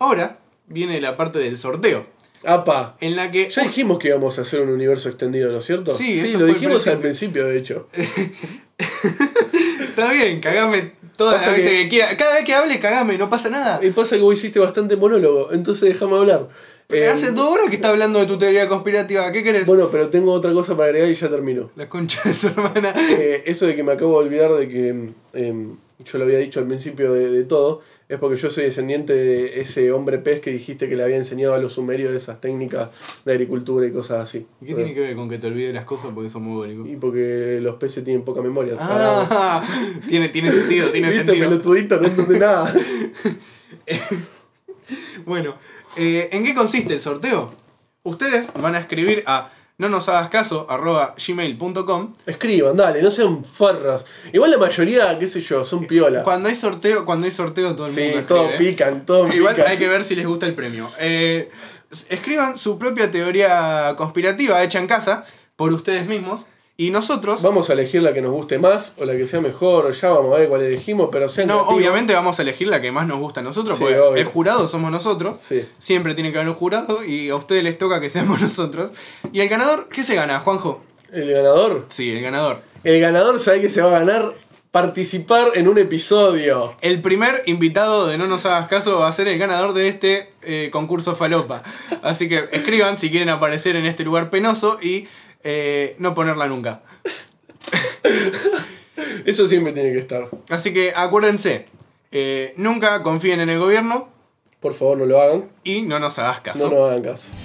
Speaker 1: ahora viene la parte del sorteo,
Speaker 2: ¡Apa!
Speaker 1: en la que
Speaker 2: Ya dijimos que íbamos a hacer un universo extendido, ¿no es cierto?
Speaker 1: Sí, eso
Speaker 2: lo
Speaker 1: fue Eh, al
Speaker 2: dijimos al principio, de hecho.
Speaker 1: está bien, cagame todas
Speaker 2: Pasa
Speaker 1: las veces
Speaker 2: que- Eh,
Speaker 1: que quiera. Cada vez que hable, cagame, no pasa nada.
Speaker 2: Y pasa que vos hiciste bastante monólogo, entonces déjame hablar.
Speaker 1: Pero
Speaker 2: Eh,
Speaker 1: hace dos horas que está hablando de tu teoría conspirativa, ¿qué querés?
Speaker 2: Bueno, pero tengo otra cosa para agregar y ya termino.
Speaker 1: La concha de tu hermana.
Speaker 2: Eh, esto de que me acabo de olvidar de que mm, em, yo lo había dicho al principio de, de todo, es porque yo soy descendiente de ese hombre pez que dijiste que le había enseñado a los sumerios esas técnicas de agricultura y cosas así.
Speaker 1: ¿Y qué tiene que ver con que te olvides las cosas porque son muy bólicos?
Speaker 2: Y porque los peces tienen poca memoria. tarado.
Speaker 1: Ah, tiene, tiene sentido, tiene
Speaker 2: Viste,
Speaker 1: sentido.
Speaker 2: pelotudito, no entendés nada.
Speaker 1: Bueno, eh, ¿en qué consiste el sorteo? Ustedes van a escribir a no nos hagas caso gmail.com
Speaker 2: Escriban, dale, no sean farras. Igual la mayoría, qué sé yo, son piola.
Speaker 1: cuando hay sorteo cuando hay sorteo todo el
Speaker 2: Sí,
Speaker 1: mundo
Speaker 2: todos
Speaker 1: escribe.
Speaker 2: pican, todos
Speaker 1: igual
Speaker 2: pican.
Speaker 1: hay que ver si les gusta el premio Eh, escriban su propia teoría conspirativa hecha en casa por ustedes mismos y nosotros
Speaker 2: Vamos a elegir la que nos guste más o la que sea mejor, o ya vamos a ver cuál elegimos, pero sean
Speaker 1: no
Speaker 2: creativos.
Speaker 1: obviamente vamos a elegir la que más nos gusta a nosotros
Speaker 2: Sí,
Speaker 1: porque
Speaker 2: obvio.
Speaker 1: el jurado somos nosotros
Speaker 2: Sí.
Speaker 1: Siempre tiene que haber un jurado y a ustedes les toca que seamos nosotros. ¿Y el ganador qué se gana, Juanjo?
Speaker 2: El ganador.
Speaker 1: Sí, el ganador.
Speaker 2: El ganador sabe que se va a ganar participar en un episodio.
Speaker 1: El primer invitado de No Nos Hagas Caso va a ser el ganador de este eh, concurso falopa. Así que escriban si quieren aparecer en este lugar penoso y eh, no ponerla nunca.
Speaker 2: Eso siempre tiene que estar.
Speaker 1: Así que acuérdense, eh, nunca confíen en el gobierno
Speaker 2: Por favor, no lo hagan.
Speaker 1: y no nos hagas caso.
Speaker 2: No nos hagan caso.